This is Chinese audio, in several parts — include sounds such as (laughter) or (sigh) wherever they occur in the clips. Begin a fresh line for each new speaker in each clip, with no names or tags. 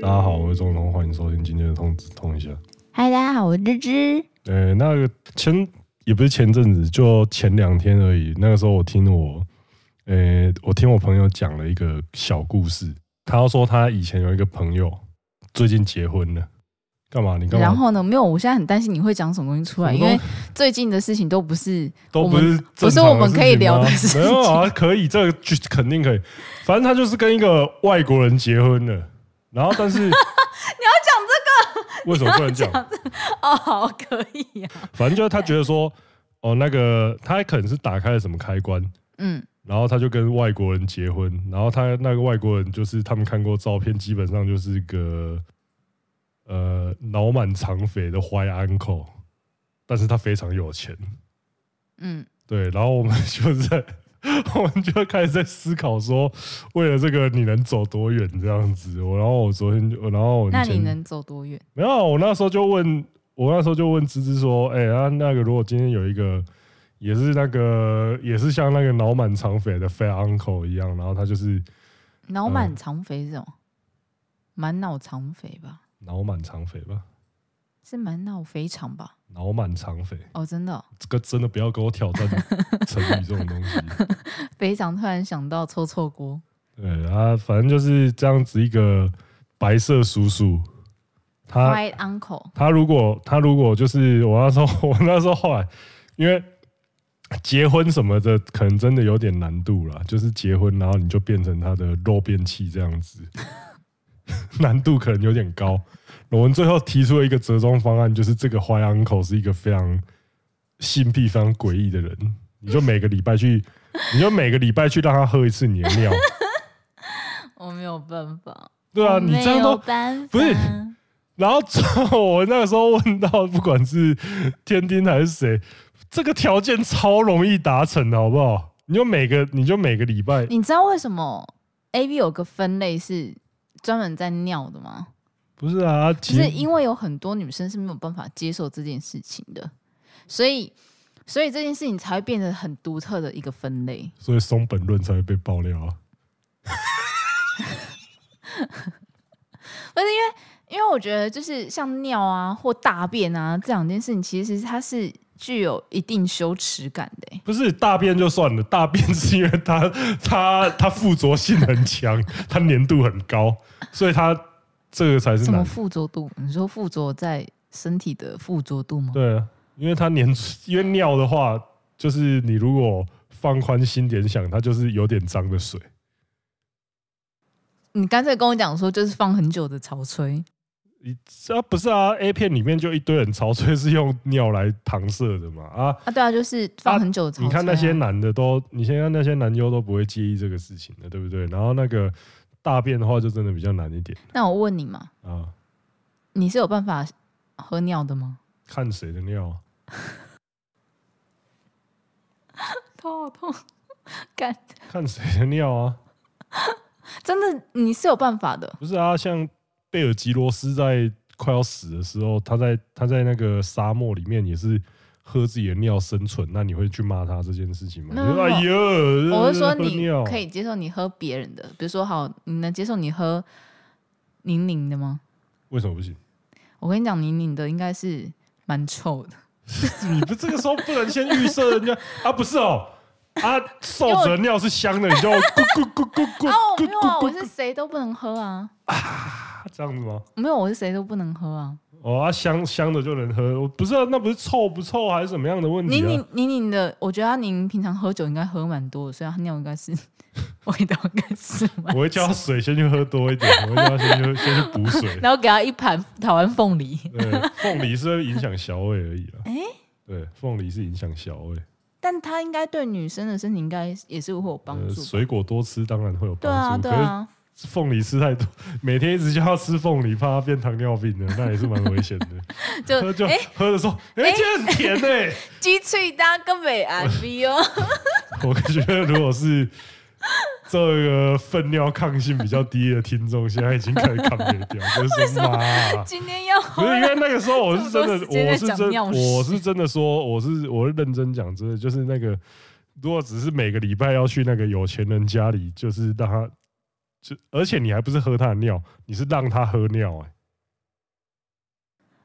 大家好，我是钟龙，欢迎收听今天的通知通一下。
嗨，大家好，我是芝芝。
呃，那个前也不是前阵子，就前两天而已。那个时候我听我，呃，我听我朋友讲了一个小故事。他说他以前有一个朋友，最近结婚了。干嘛？你干嘛？
然后呢？没有，我现在很担心你会讲什么东西出来，
我
因
都
为最近的事情都不是
都
我
不
们
是
不是
正常
我们可以聊的
事
事
情
情
吗没有啊，可以，这个就肯定可以。反正他就是跟一个外国人结婚了，然后但
(laughs)
是你要讲这个，为什么不能讲？
哦，好可以啊呀、
反正就是他觉得说，哦，那个他可能是打开了什么开关，
嗯，
然后他就跟外国人结婚，然后他那个外国人就是他们看过照片，基本上就是个呃脑满肠肥的坏 uncle，但是他非常有钱。
嗯，
对，然后我们就在， (laughs) 我们就开始在思考说，为了这个你能走多远这样子。我然后我昨天就，我然后我
那
前
你能走多远？
没有啊？我那时候就问，我那时候就问芝芝说，哎、啊，那个如果今天有一个也是那个也是像那个脑满肠肥的 fat uncle 一样，然后他就是
脑满肠肥是什
嗯
么？满脑肠肥吧？
脑满肠肥吧，
是满脑肥肠吧？
脑满肠肥，
哦，真的哦、
这个真的不要给我挑战成语这种东西。
肥肠突然想到臭臭锅，
对啊，反正就是这样子一个白色叔叔，他。
坏 uncle，
他如果他如果就是我那时候 (laughs) 我那时候后来，因为结婚什么的，可能真的有点难度啦。就是结婚，然后你就变成他的肉便器这样子， (laughs) 难度可能有点高。我们最后提出了一个折中方案，就是这个坏 uncle 是一个非常性癖非常诡异的人，你就每个礼拜去，你就每个礼拜去让他喝一次你的尿。
我没有办法。
对啊，
我
你
没
这样
有
都
办法
不是然后最后我那个时候问到，不管是天丁还是谁，这个条件超容易达成的，好不好？你就每个你就每个礼拜，
你知道为什么 A B 有个分类是专门在尿的吗？
不是啊？
就
其
是
实
因为有很多女生是没有办法接受这件事情的，所以所以这件事情才会变得很独特的一个分类。
所以松本润才会被爆料啊。
因为我觉得就是像尿啊或大便啊这两件事情，其实它是具有一定羞耻感的欸、
不是大便就算了，大便是因为它它它附着性很强，它粘度很高，所以它这个才是
什么
难。
附着度？你说附着在身体的附着度吗？
对啊，因为它粘，因为尿的话，就是你如果放宽心点想，它就是有点脏的水。
你刚才跟我讲说，就是放很久的潮吹，
你啊，不是啊，A 片里面就一堆人潮吹是用尿来搪塞的嘛啊！
啊，对啊，就是放很久的潮吹、啊
你看那些，男的都，你现在那些男优都不会介意这个事情的，对不对？然后那个大便的话，就真的比较难一点
那我问你嘛，
啊，
你是有办法喝尿的吗？
看谁的尿啊。
头好痛， (laughs) 干。
看谁的尿啊？
真的你是有办法的，
不是啊，像贝尔吉罗斯在快要死的时候，他在他在那个沙漠里面也是喝自己的尿生存，那你会去骂他这件事情吗？
没
你
有
说哎呦，
我是说
喝
你
尿
可以接受你喝别人的，比如说好，你能接受你喝宁宁的吗？
为什么不行？
我跟你讲，宁宁的应该是蛮臭的，
(laughs) 你不这个时候不能先预设人家啊？不是哦，啊，瘦子的尿是香的，你就咕咕咕咕咕
(laughs) (laughs) 啊，我
咕
没有啊，
咕
我
咕
是谁都不能喝啊，
啊这样子吗？
没有，我是谁都不能喝啊。
哦，啊，香香的就能喝，我不是啊，那不是臭不臭还是怎么样的问题
宁
啊？
宁宁宁的，我觉得他宁平常喝酒应该喝蛮多的，所以他尿应该是 (laughs) 味道应该是蛮
我，会叫他水先去喝多一
(laughs)
点，我会叫他先去先去补水。
然后给他一盘台湾凤梨，
对，凤梨是会影响小胃而已啊。
(laughs) 诶
对，凤梨是影响小胃，呃
但他应该对女生的身体应该也是会有帮
呃，
助吧。
水果多吃当然会有
对啊，
帮助，
对
可
啊，
是凤梨吃太多，每天一直叫他吃凤梨，怕他变糖尿病的，那也是蛮危险的。
(laughs) 就
喝就
哎
喝的时候，哎、
哎
这很甜呢、
鸡脆蛋跟美安 V (laughs) 哦。
(laughs) 我觉得如果是这个粪尿抗性比较低的听众，现在已经开始抗别 (laughs) 掉，就是说妈、啊。
今天要
不是因为那个时候我是真
这么多
的，我
时间在
是
讲
真，
尿
我
屎
是真的说，我是我是认真讲，真的就是那个如果只是每个礼拜要去那个有钱人家里，就是让他，就而且你还不是喝他的尿，你是让他喝尿、欸，哎，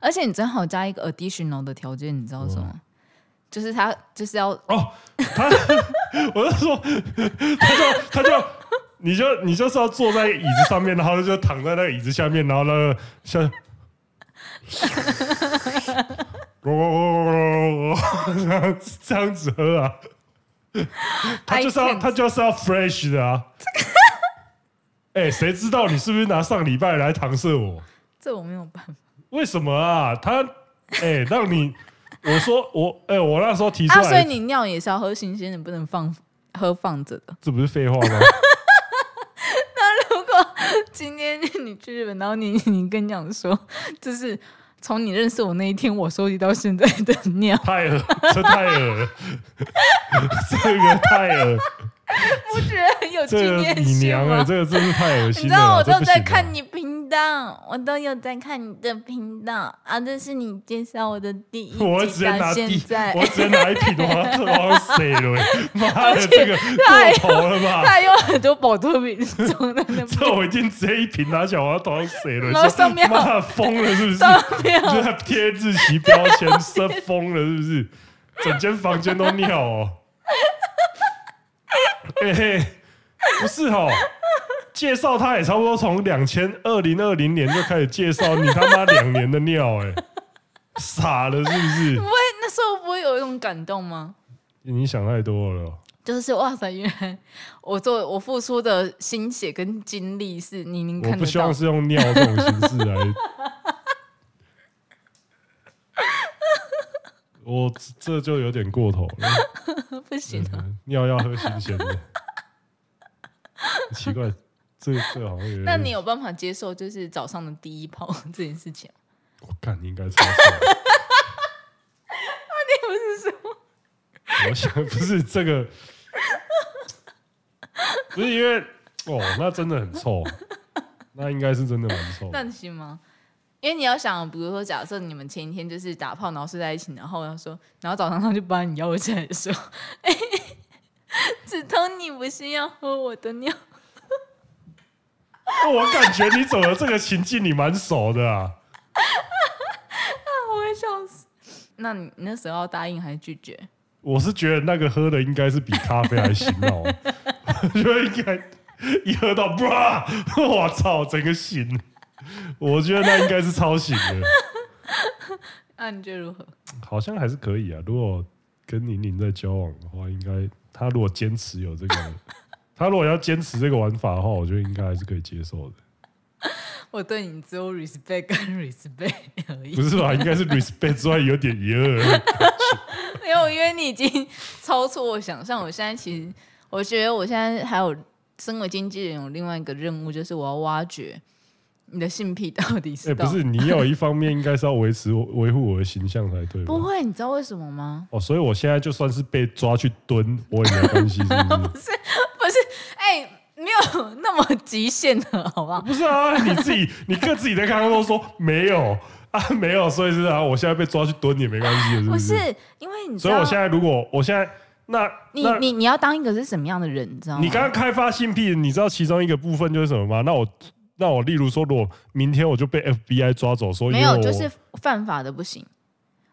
而且你正好加一个 additional 的条件，你知道什么？就是他就是要
哦，他， (laughs) 我就说，他就他就，你就你就是要坐在椅子上面，然后就躺在那个椅子下面，然后那个像，这样 (laughs) 这样子喝啊，他就是要
I can't
他就是要 fresh 的啊。哎，谁知道你是不是拿上礼拜来搪塞我？
这我没有办法。
为什么啊？他哎、让你我说我哎、我那时候提出
啊，所
来
以，你尿也是要喝新鲜的，不能放喝放着的。 (laughs)
这不是废话吗？
如果今天你去日本，然后你你跟你讲说，就是从你认识我那一天，我收集到现在的尿，
太恶， (laughs) 这太恶了， (laughs) 这个太
(laughs)
恶，
(laughs) 我觉得很有纪
这个
念
你
性啊
娘
吗
了，？这个真是太恶
你
心
知
了
道
啦。
我
这
都
不
在
行啊
看你频道，我都有在看你的频道啊！这是你介绍我的第一
我
集
直接
到
拿
现
第，
在，
我直接拿一瓶的话，这往谁
(laughs)
了？妈
而
的，这
且
个
还
过头了
(laughs) 他
吧？
还有很多保特瓶装在
(laughs)
(laughs) 那边，
这我已经直接一瓶拿起来，我要头上谁了？
然后上面
妈的疯了是不是？
上面
就
(laughs)
在贴日期标签，是疯了是不是？整间房间都尿哦、嘿嘿，不是哦、介绍他也差不多从两千二零二零年就开始介绍你他妈两年的尿哎、傻了是不是
不？会那时候不会有一种感动吗？
你想太多了哦，
就是哇塞，原来我做我付出的心血跟精力是你能
哦我
看
不
得
希
到
望，是用尿这种形式
(laughs)
来。我这就有点过头了。
(laughs) 不行啊！
嗯尿要喝新鲜的，奇怪，这这好像有点。
那你有办法接受就是早上的第一泡 (laughs) 这件事情？
我看你应该超瘦。
不是说
我想不是这个，不是因为哦，那真的很臭，那应该是真的蛮臭的。
那你行吗？因为你要想，比如说，假设你们前一天就是打炮，然后睡在一起，然后他说，然后早上他就把你摇起来说：“ (laughs) 哎、子通，你不是要喝我的尿啊
那哦我感觉你走的这个情境你蛮熟的啊。？”
我会笑死。那你那时候要答应还是拒绝？
我是觉得那个喝的应该是比咖啡还醒脑， (laughs) 我觉得应该一喝到，哇，我操，整个醒了。我觉得那应该是超醒的。
那、啊你觉得如何？
好像还是可以啊。如果跟宁宁在交往的话，应该他如果坚持有这个， (laughs) 他如果要坚持这个玩法的话，我觉得应该还是可以接
(laughs)
受的，
我对你只有 respect 跟 respect 而已
不。是吧？应该是 respect 之外有点疑
(laughs)
二，
没有，因为你已经超出我想象。我现在其实，我觉得我现在还有身为经纪人有另外一个任务，就是我要挖掘你的性癖到底
哎、
是到、
不是，你有一方面应该是要维持我维护我的形象才对吧
不会，你知道为什么吗？
哦，所以我现在就算是被抓去蹲，我也没关系，是不
(laughs)
是？
不是，哎、没有 (laughs) 那么极限的好不好？
不是啊，你自己，你跟自己在刚刚都说没有啊，没有，所以是啊，我现在被抓去蹲也没关系，是
不
是？
是，因为你知
嗯所以我
道，
现在如果我现在那
你
那
你你要当一个是什么样的人，你知道吗？
你刚刚开发性癖，你知道其中一个部分就是什么吗？那我那我例如说，如果明天我就被 FBI 抓走，说
没
因为
有，
我
就是犯法的不行。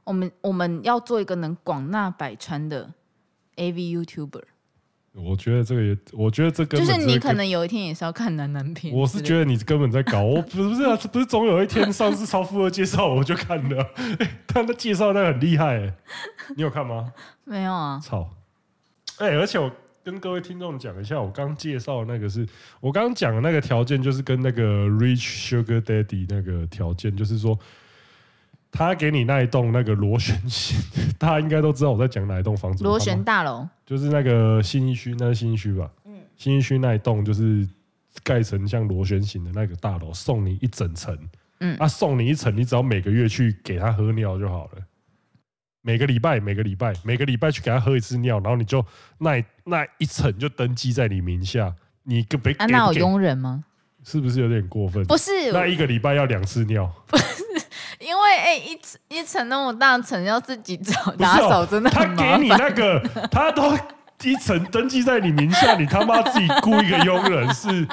我们我们要做一个能广纳百川的 AV YouTuber。
我觉得这个也，我觉得这根
就
本
是你
这个
可能有一天也是要看男男片之类的。
我是觉得你根本在搞，我不是啊， (laughs) 不是总有一天上次超富的介绍我就看了，他的 (laughs) 介绍那个很厉害、欸，你有看吗？
没有啊，
操！哎、而且我跟各位听众讲一下，我刚介绍的那个是我刚刚讲的那个条件，就是跟那个 Rich Sugar Daddy 那个条件，就是说他给你那一栋那个螺旋形， (laughs) 大家应该都知道我在讲哪一栋房子。
螺
好
旋
吗
大楼，
就是那个新一区，那是新一区吧？嗯，新一区那一栋就是盖成像螺旋形的那个大楼，送你一整层。
嗯
啊，送你一层，你只要每个月去给他喝尿就好了。每个礼拜，每个礼拜，每个礼拜去给他喝一次尿，然后你就那一那一层就登记在你名下。你个别
啊，
给不
那有
给
佣人吗？
是不是有点过分？
不是，
那一个礼拜要两次尿，
因为哎、一层一层那么大层要自己找
不是
打
哦
扫，真的
他
很麻
给你
烦。
(laughs) 那个，他都一层登记在你名下，你他妈自己雇一个佣人是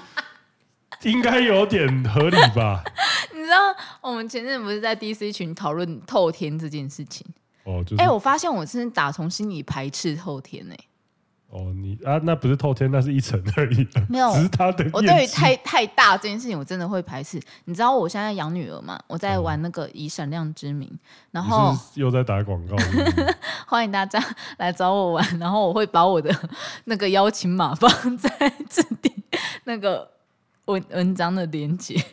应该有点合理
(laughs)
吧？
你知道我们前阵不是在 DC 群讨论透天这件事情？
哦，就是、
哎、我发现我真的打从心里排斥透天呢、
哦，你啊，那不是透天，那是一层而已，
(laughs) 没有
只是他的
我
面
对于
积
太太大这件事情，我真的会排斥。你知道我现在养女儿嘛？我在玩那个《以闪亮之名》，然
嗯你
后 (laughs)
是又在打广告是不是
欢迎大家 (laughs) 来找我玩，然后我会把我的那个邀请码放在置顶那个文文章的连接。 (laughs)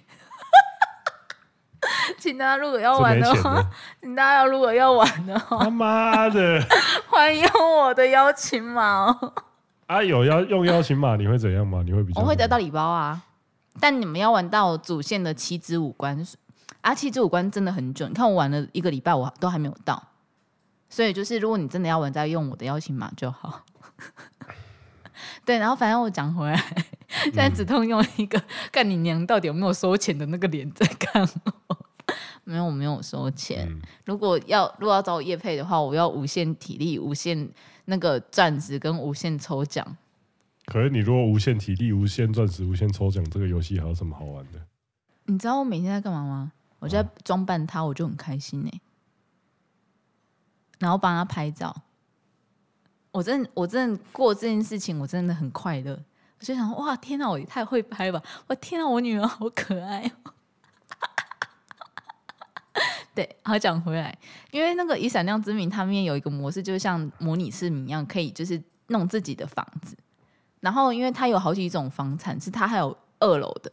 请大家如果要
这
玩哦
没
的
钱
话
的，，
请大家如果要玩的话，
(laughs) 他妈的！
欢迎我的邀请码哦，
啊，有邀用邀请码，你会怎样吗？你会比较
我会得到礼包啊。但你们要玩到主线的七支五关，啊，七支五关真的很久。你看我玩了一个礼拜，我都还没有到，所以就是如果你真的要玩，再用我的邀请码就好。 (laughs) 对，然后反正我讲回来，
嗯
现在止痛用一个看你娘到底有没有收钱的那个脸在看我，没有，我没有收钱。
嗯
如果要如果要找我叶配的话，我要无限体力、无限那个钻石跟无限抽奖。
可是你如果无限体力、无限钻石、无限抽奖，这个游戏还有什么好玩的？
你知道我每天在干嘛吗？我就在装扮他，我就很开心呢、然后帮他拍照。我真的我真的过这件事情，我真的很快乐。我就想，哇，天哪，我也太会拍吧！我天哪，我女儿好可爱、哦。 (laughs) 对，好讲回来，因为那个《以闪亮之名》它里面有一个模式，就是像模拟市民一样，可以就是弄自己的房子。然后，因为它有好几种房产，是它还有二楼的，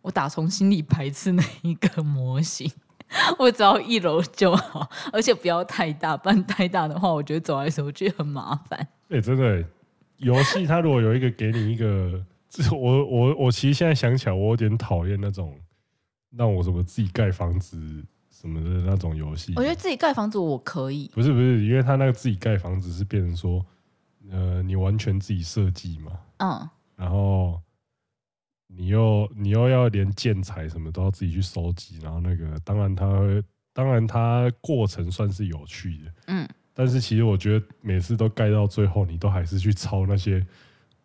我打从心里排斥那一个模型， (laughs) 我只要一楼就好，而且不要太大，不然太大的话，我觉得走来走去很麻烦。
哎、真的欸、游戏它如果有一个给你一个，这我我我其实现在想起来，我有点讨厌那种让我什么自己盖房子什么的那种游戏。
我觉得自己盖房子我可以，
不是不是，因为他那个自己盖房子是变成说，呃，你完全自己设计嘛，
嗯，
然后你又你又要连建材什么都要自己去收集，然后那个当然它会，当然它过程算是有趣的，
嗯，
但是其实我觉得每次都盖到最后，你都还是去抄那些。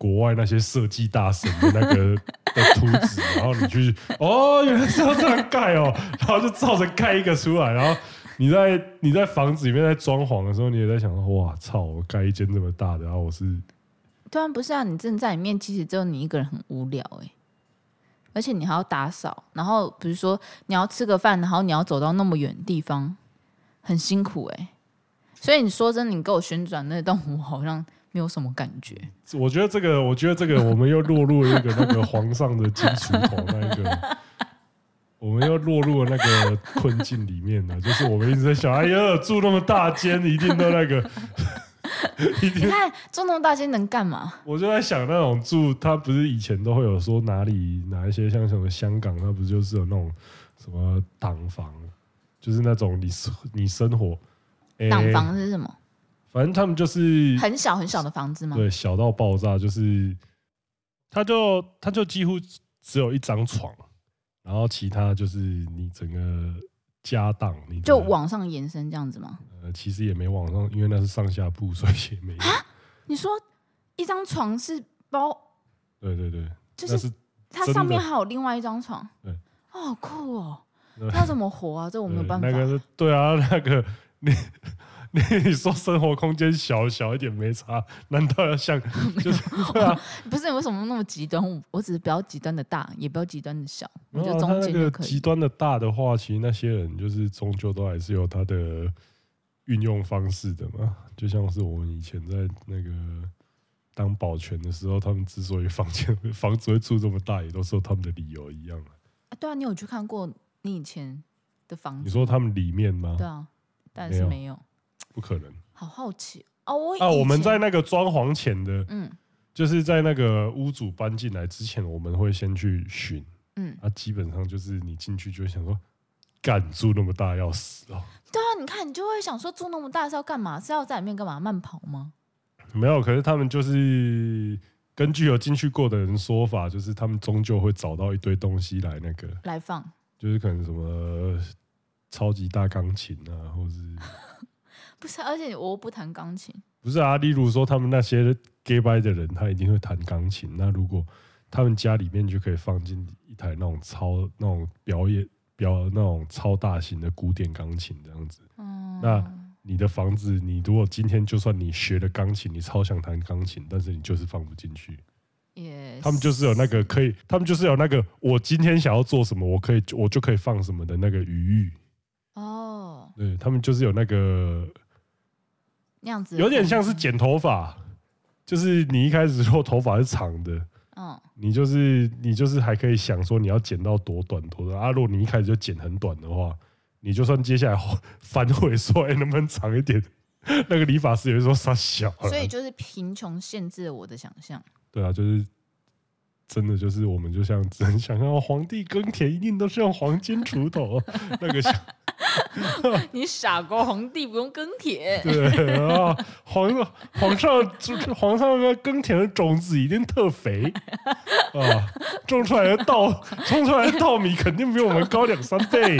国外那些设计大神的那个的图纸，然后你去哦，原来是要这样盖哦， (laughs) 然后就照着盖一个出来，然后你在你在房子里面在装潢的时候，你也在想说，哇操，我盖一间这么大的，然后我是
当然不是啊，你真的在里面，其实只有你一个人很无聊哎、而且你还要打扫，然后比如说你要吃个饭，然后你要走到那么远的地方，很辛苦哎、所以你说真的，你给我旋转那栋，我好像没有什么感觉。 (laughs)
我觉得这个，我觉得这个，我们又落入了一个那个皇上的金锄头那一个，我们又落入了那个困境里面了。就是我们一直在想，哎呀，住那么大间，一定都那个， (laughs) 一
你
定。
看中东大街能干嘛？
我就在想，那种住，他不是以前都会有说哪里哪一些像什么香港，那不就是有那种什么党房，就是那种你你生活，哎
挡，房是什么？
反正他们就是
很小很小的房子吗？
对，小到爆炸，就是他就他就几乎只有一张床，然后其他就是你整个家当，你的
就往上延伸这样子吗？
呃，其实也没往上，因为那是上下铺，所以也没有。
啊你说一张床是包，
对对对，
就
那
是
是
它
真的
上面还有另外一张床
(laughs) 对，
哦，好酷哦！
(laughs) 对
那要怎么活啊？这我没有
对
办法。
那个是对啊， (laughs) 那个你你你说生活空间小小一点没差，难道要像就是对啊？
不是为什么那么极端？我我只是不要极端的大，也不要极端的小，我
然
觉
后啊他
得中
哦那
间
个
就可
极
以。
端的大的话，其实那些人就是终究都还是有他的运用方式的嘛。就像是我们以前在那个当保全的时候，他们之所以房间 (laughs) 房子会住这么大，也都是有他们的理由一样啊。
啊对啊，你有去看过你以前的房
你
子？
说他们里面吗
对？啊，但是
没有
没有，
不可能
好好奇哦。我
啊！
以
我们
前
在那个装潢前的，
嗯
就是在那个屋主搬进来之前，我们会先去巡
嗯，
啊。基本上就是你进去就会想说，敢住那么大要死哦。
对啊，你看你就会想说住那么大是要干嘛？是要在里面干嘛？慢跑吗？
没有，可是他们就是根据有进去过的人说法，就是他们终究会找到一堆东西来那个，
来放。
就是可能什么超级大钢琴啊，或是
不是，而且我又不弹钢琴，
不是啊，例如说他们那些 gay bye 的人，他一定会弹钢琴。那如果他们家里面就可以放进一台那种超那种表演表那种超大型的古典钢琴这样子，
嗯，
那你的房子，你如果今天就算你学了钢琴，你超想弹钢琴，但是你就是放不进去。
也
他们就是有那个可以，他们就是有那个我今天想要做什么，我可以我就可以放什么的那个余裕。
哦
对他们就是有那个，
那样子，
有点像是，剪头发，就是你一开始如果头发是长的，
嗯
你就是你就是还可以想说你要剪到多短多短啊。如果你一开始就剪很短的话，你就算接下来后反悔说，哎、能不能长一点？那个理发师也会说傻小啊，
所以就是贫穷限制了我的想象。
对啊，就是真的就是我们就像只能想象皇帝耕田一定都是用黄金锄头 (laughs) 那个想
(laughs) 你傻瓜，皇帝不用耕田，
对啊，皇上皇上就是皇上那耕田的种子一定特肥啊，种出来的稻种出来的稻米肯定比我们高两三倍，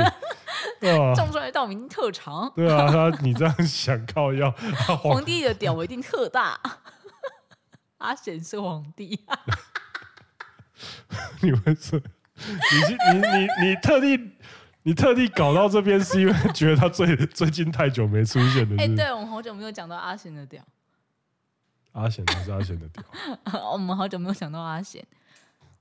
对吧、啊？
种出来的稻米特长，
对啊，他你这样想靠要、啊、皇
皇帝的屌我一定特大。 (laughs) 阿显是皇帝，
你们是你是你你你特地。你特地搞到这边是因为觉得他最最近太久没出现了，
(laughs) 哎、
是不是？
对我们好久没有讲到阿显的屌， (laughs)
阿贤还是阿贤的屌。
我们好久没有讲到阿显，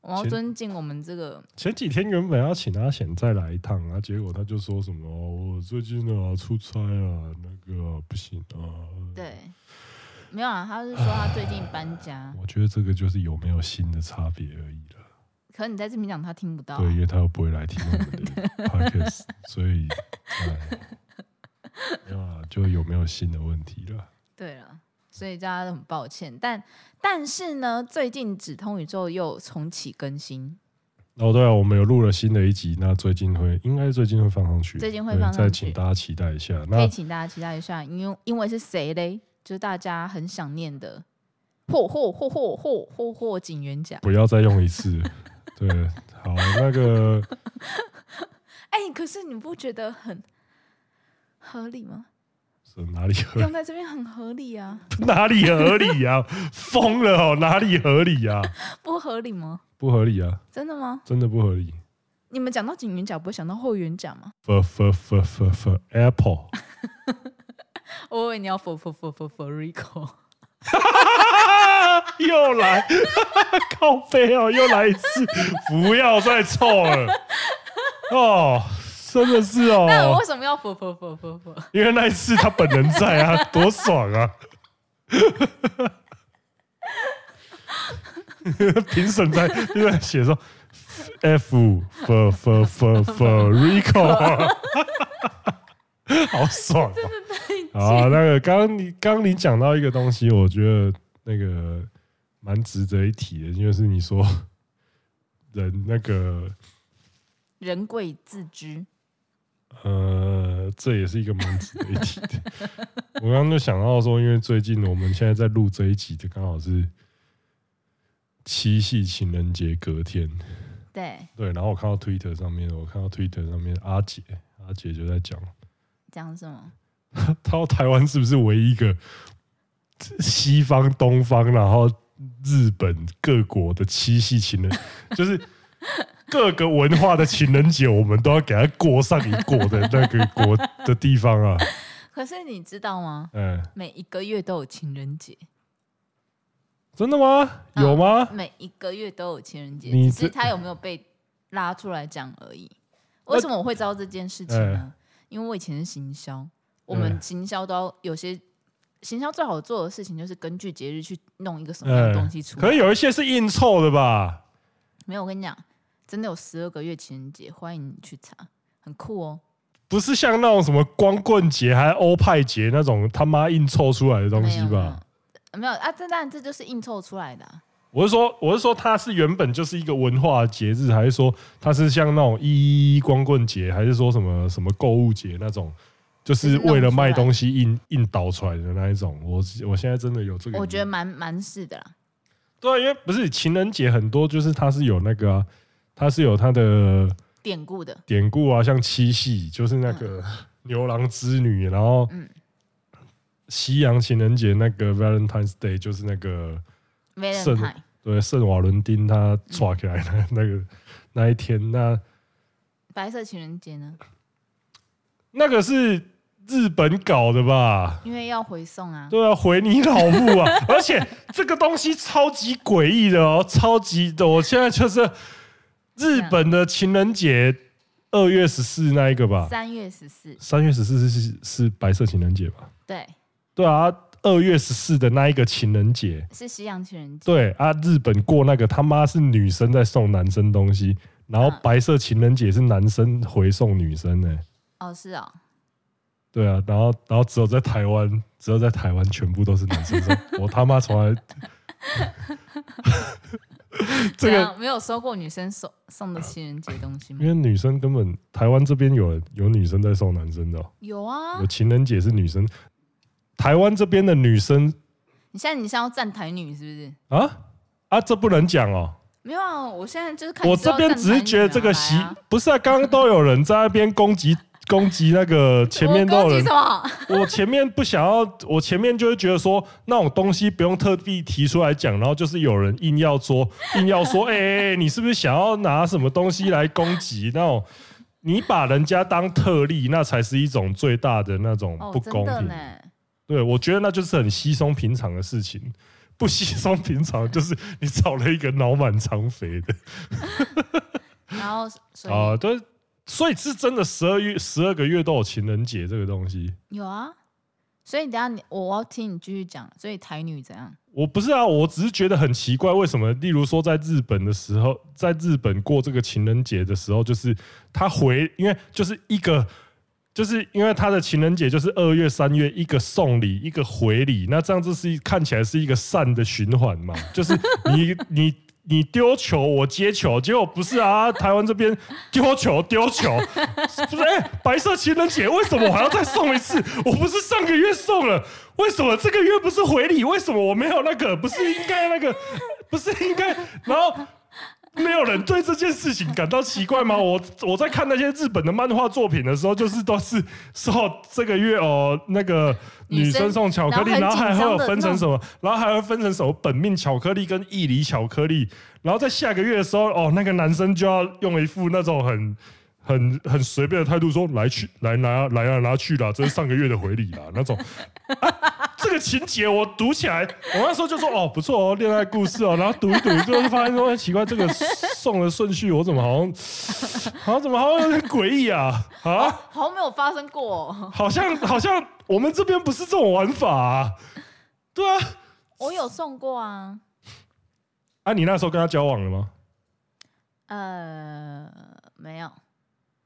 我要
前
尊敬我们这个
前几天原本要请阿贤再来一趟啊，结果他就说什么、哦我最近啊出差啊，那个啊不行啊。
对，没有啊，他是说他最近搬家，
我觉得这个就是有没有新的差别而已了。
可你在这边讲他听不到啊、
对，因为他又不会来听我们
(laughs)
的 podcast，所以哎，没有啊，就有没有新的问题了。
对了，所以大家都很抱歉，但但是呢，最近止痛宇宙又重启更新，
哦，对啊，我们有录了新的一集，那最近会应该最近会放上去，
最近会
对
放上
再
去
请大家期待一下。
可
那
以请大家期待一下，因为因为是谁嘞？就是大家很想念的霍霍霍霍霍霍霍警员奖。
不要再用一次，对，好，那个。 (laughs)
哎、可是你不觉得很合理吗？
是哪里合
用在这边很合理啊，
(laughs) 哪里合理啊？疯了哦，哪里合理啊？
不合理吗？
不合理啊，
真的吗？
真的不合理。
你们讲到警员奖，不会想到后援奖吗？
for for for for for Apple， (laughs)
我以为你要 for for for for for Rico。
又来， (laughs) 靠背哦，又来一次，不要再凑了。哦，真的是
那我
哦
为，什么要 for for for for for？
因为那一次他本人在啊，多爽啊！ (laughs) 评审在就在写说 F for for for for Rico。好爽、啊！好，那个刚刚你刚刚你讲到一个东西，我觉得那个蛮值得一提的，就是你说人那个
人贵自知，
呃，这也是一个蛮值得一提的。 (laughs) 我刚刚就想到说，因为最近我们现在在录这一集，就刚好是七夕情人节隔天，
对，
对。然后我看到 Twitter 上面，我看到 Twitter 上面阿姐，阿姐就在讲，
讲什么？
到台湾是不是唯一一个西方、东方，然后日本各国的七夕情人， (laughs) 就是各个文化的情人节，我们都要给它过上一过的那个国的地方啊？
可是你知道吗？
嗯，
每一个月都有情人节，
真的吗？
嗯
有吗？
每一个月都有情人节，
你
只是
这
他有没有被拉出来讲而已。为什么我会知道这件事情
呃
呢？因为我以前是行销，我们
嗯
行销都要有些行销最好做的事情就是根据节日去弄一个什么样的
嗯
东西出来。
可是有一些是硬凑的吧？
没有，我跟你讲，真的有十二个月情人节，欢迎你去查，很酷哦。
不是像那种什么光棍节还欧派节那种他妈硬凑出来的东
没
西
有
吧？？
没有没有啊，这当然这就是硬凑出来的啊、
我是说，我是说，它是原本就是一个文化节日，还是说它是像那种一一一光棍节，还是说什么什么购物节那种，就是为了卖东西硬硬导出来的那一种？我我现在真的有这个疑嗯惑，
我觉得蛮蛮是的啦。
对啊，因为不是情人节很多，就是它是有那个、啊，它是有它的
典故的，
典故啊，像七夕就是那个牛郎织女，然后
嗯
西洋情人节那个 Valentine's Day 就是那个圣
Valentine，
对圣瓦伦丁他抓起来的 (laughs) 那个那一天，那
白色情人节呢？
那个是日本搞的吧？
因为要回送啊，
对啊，回你老母啊！而且这个东西超级诡异的哦，超级的。我现在就是日本的情人节，二月十四那一个吧，
三月十四，
三月十四是是是白色情人节吧？
对，
对啊，二月十四的那一个情人节，
是西洋情人节。
对啊，日本过那个他妈是女生在送男生东西，然后
嗯
白色情人节是男生回送女生呢、
哦，是哦，
对啊，然后然后只有在台湾，只有在台湾全部都是男
(laughs)
生送，我他妈从来这
怎
个，
样没有收过女生送送的情人节东西
因
吗？
为女生根本台湾这边有人有女生在送男生的哦、
有啊
有，情人节是女生，台湾这边的女生
你现在你现在要站台女是不是？
啊啊，这不能讲哦、
没有啊，我现在就是看你
我
是
这
要
边
站
只是
台
觉得
女
这
啊
个
来
习
啊
不是啊，刚刚都有人在那边攻击攻击那个前面
我
都有
攻击
人
什，么？
(laughs) 我前面不想要，我前面就会觉得说那种东西不用特地提出来讲，然后就是有人硬要说硬要说， (laughs) 哎、哎哎你是不是想要拿什么东西来攻击那种？你把人家当特例，那才是一种最大的那种 (laughs)
哦
不，公
真的
平。
呢，
对，我觉得那就是很稀松平常的事情。不稀松平常，就是你找了一个脑满肠肥的。
然后所以、
啊，对，所以是真的十二月十二个月都有情人节这个东西。
有啊，所以等一下你我我要听你继续讲，所以台女怎样？
我不是啊，我只是觉得很奇怪，为什么？例如说，在日本的时候，在日本过这个情人节的时候，就是他回，因为就是一个，就是因为他的情人节就是二月、三月，一个送礼，一个回礼，那这样子是看起来是一个善的循环嘛？ (laughs) 就是你你你丢球，我接球，结果不是啊，台湾这边丢球丢球， (laughs) 不是哎、白色情人节为什么我还要再送一次？我不是上个月送了，为什么这个月不是回礼？为什么我没有那个？不是应该那个？不是应该？然后没有人对这件事情感到奇怪吗？我我在看那些日本的漫画作品的时候，就是都是说这个月哦，那个
女
女
生
生送巧克力，然
然
后
后
还
很紧张
会
的
有分成什么，然后还会分成什么本命巧克力跟意梨巧克力，然后在下个月的时候，哦，那个男生就要用一副那种很。很很随便的态度说来去来拿来啊拿去啦，这是上个月的回礼啦那种，这个情节我读起来，我那时候就说哦不错哦，恋爱故事哦，然后读一读，最后发现说哎奇怪，这个送的顺序我怎么好像， (laughs) 好像怎么好像有点诡异啊啊，
好像没有发生过、哦， (laughs)
好像好像我们这边不是这种玩法、啊，对啊，
我有送过啊，
啊你那时候跟他交往了吗？
呃，没有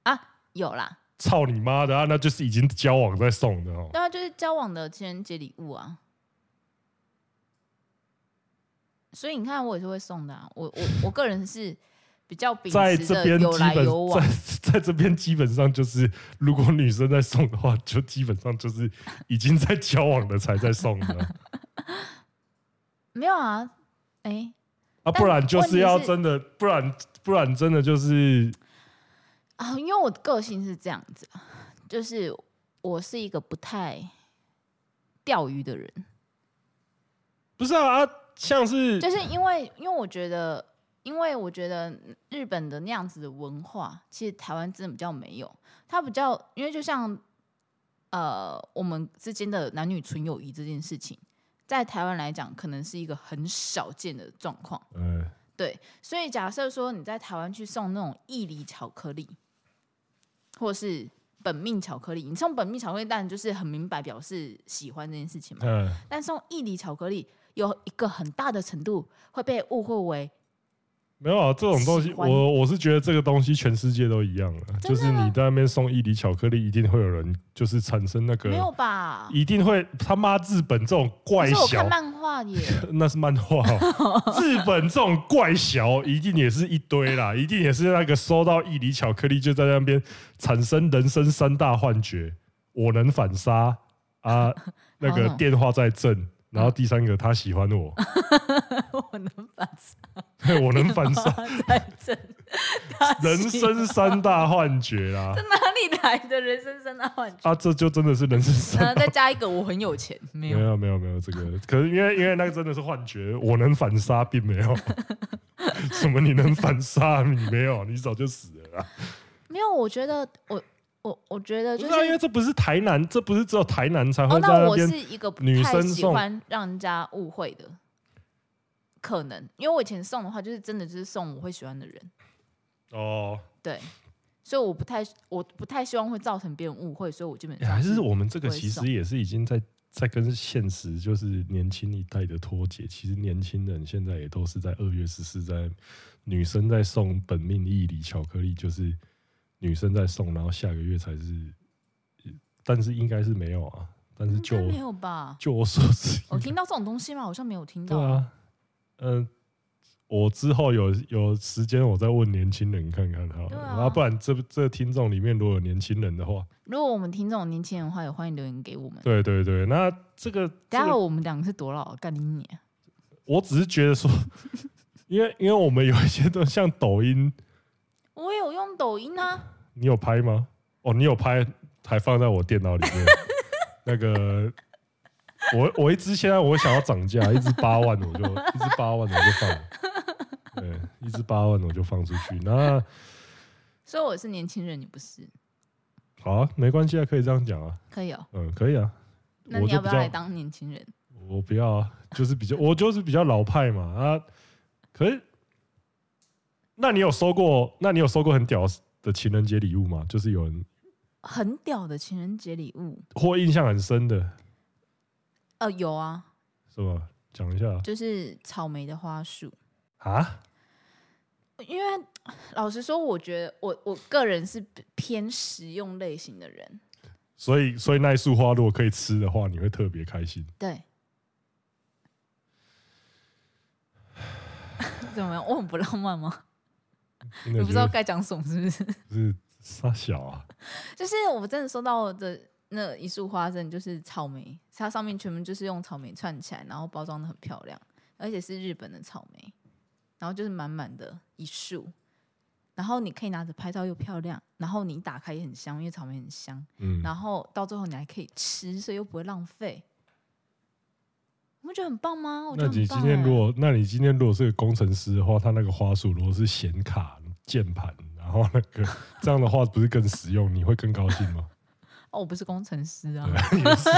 啊，有啦，
操你妈的啊，那就是已经交往在送的哦，
对啊，就是交往的情人节礼物啊。所以你看，我也是会送的、啊。我我我个人是比较秉
在
持
这
着
边
有
基
来
本
有往
在，在这边基本上就是，如果女生在送的话，就基本上就是已经在交往的才在送的。
没有啊，哎、
啊，
但
不然就是要
问题是
真的，不然不然真的就是
啊，因为我的个性是这样子啊，就是我是一个不太钓鱼的人，
不是啊，啊像是
就是因为因为我觉得，因为我觉得日本的那样子的文化，其实台湾真的比较没有，它比较因为就像呃我们之间的男女纯友谊这件事情，在台湾来讲，可能是一个很少见的状况。
呃，
对，所以假设说你在台湾去送那种意梨巧克力，或是本命巧克力，你送本命巧克力当然就是很明白表示喜欢这件事情嘛。
嗯、
但送意梨巧克力有一个很大的程度会被误会为
没有啊，这种东西
喜，欢啊
我我是觉得这个东西全世界都一样了，就是你在那边送一粒巧克力，一定会有人就是产生那
没有
个，
吧？
一定会他妈日本这种
可
怪
是我
小
看。漫画耶，
那是漫画哦、日本这种怪小一定也是一堆啦，一定也是那个收到一粒巧克力就在那边产生人生三大幻觉：我能反杀啊，那
好
个
懂
电话在震，然后第三个他喜欢我，
(laughs) 我能把
我能反杀，
它在这
人生三大幻觉啦，
哪里来的人生三大幻觉？
啊，这就真的是人生
然
三
后
大。
再加一个我很有钱，
(laughs)
没
没
有，
有没有没有这个，可是因为因为那个真的是幻觉，我能反杀并没有，什么你能反杀你没有，你早就死了啊啦。
没有。我觉得我我我觉得
不
就是是
啊，因为这不是台南，这不是只有台南才
哦，
会在
那
那
我
边
是一个不
女
太
生
喜
送
欢让人家误会的，可能因为我以前送的话，就是真的就是送我会喜欢的人，
哦。
对，所以我不太我不太希望会造成别人误会，所以我基本
哎
上
还是
是哦
我们这个
不会
其
送
实也是已经在在跟现实，就是年轻一代的脱节。其实年轻人现在也都是在二月十四，在女生在送本命义理巧克力，就是女生在送，然后下个月才是，但是应该是没有啊。但是
应
就
该没
我
有吧？
就我所知，
我听到这种东西吗？好像没有听
对
到。
啊，嗯、我之后有有时间我再问年轻人看看好了，
对啊
然后不然这这听众里面如果有年轻人的话，
如果我们听这种年轻人的话，也欢迎留言给我们。
对对对，那这个这
等一
个
下我们两个是多老？啊干你娘！
我只是觉得说， (laughs) 因为因为我们有一些都像抖音，
我有用抖音啊，
你有拍吗？哦，你有拍，还放在我电脑里
(laughs)
面。那个，我我一只现在我想要涨价，一只八万我就一只八万我就放了，对，一只八万我就放出去。那
所以我是年轻人，你不是？
好、啊，没关系啊，可以这样讲啊，
可以哦。
嗯，可以啊。
那
我
你
就
要不
比较
要来当年轻人？
我不要啊，就是比较，我就是比较老派嘛啊。可是，那你有收过？那你有收过很屌的情人节礼物吗？就是有人
很屌的情人节礼物，
或印象很深的，
呃，有啊，
是吧？讲一下
就是草莓的花束。
啊，
因为老实说，我觉得我我个人是偏实用类型的人，
所以所以那一束花如果可以吃的话，你会特别开心。 (laughs)
对。怎么样？我很不浪漫吗？
你
我不知道该讲什么，是
(laughs)
不是？
是傻小啊，
就是我真的收到的那一束花，真的就是草莓，它上面全部就是用草莓串起来，然后包装的很漂亮，而且是日本的草莓，然后就是满满的一束，然后你可以拿着拍照又漂亮，然后你打开也很香，因为草莓很香，
嗯，
然后到最后你还可以吃，所以又不会浪费。你不觉得很棒吗？我觉
那
得很
你
棒
今
欸、
天如果，那你今天如果是个工程师的话，他那个花束如果是显卡、键盘，然后那个这样的话，不是更实用？你会更高兴吗？
哦，我不是工程师啊，
对，也是。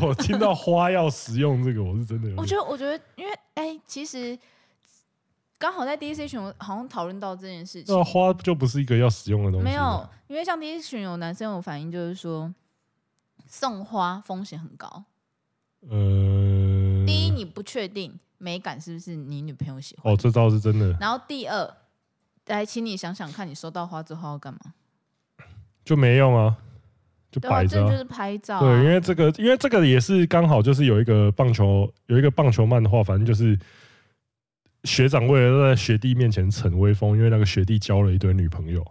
(laughs) 我听到花要实用这个，我是真的有
我
点
觉得，我觉得，因为哎、其实刚好在第一 C 群好像讨论到这件事情，
那花就不是一个要实用的哦东西。啊
没有，，因为像第一群有男生有反应，就是说送花风险很高。
呃，
第一，你不确定美感是不是你女朋友喜欢；
哦，这倒是真的，
然后第二，来，请你想想看，你收到花之后要干嘛？
就没用啊，就
对啊，
摆
这
着
就
啊、
是拍照、啊。
对，因为这个，因为这个也是刚好就是有一个棒球有一个棒球漫画，反正就是学长为了在学弟面前逞威风，因为那个学弟交了一堆女朋友，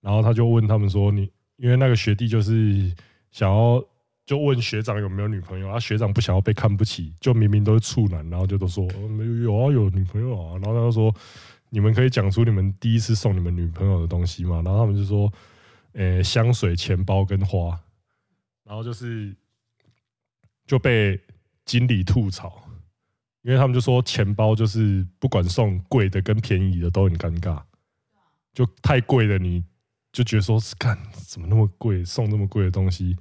然后他就问他们说：“你因为那个学弟就是想要就问学长有没有女朋友，啊学长不想要被看不起，就明明都是处男，然后就都说、哦没有有啊有女朋友啊，然后他就说你们可以讲出你们第一次送你们女朋友的东西嘛，然后他们就说，呃、香水、钱包跟花，然后就是就被经理吐槽。因为他们就说钱包就是不管送贵的跟便宜的都很尴尬，就太贵的你就觉得说，看怎么那么贵，送那么贵的东西。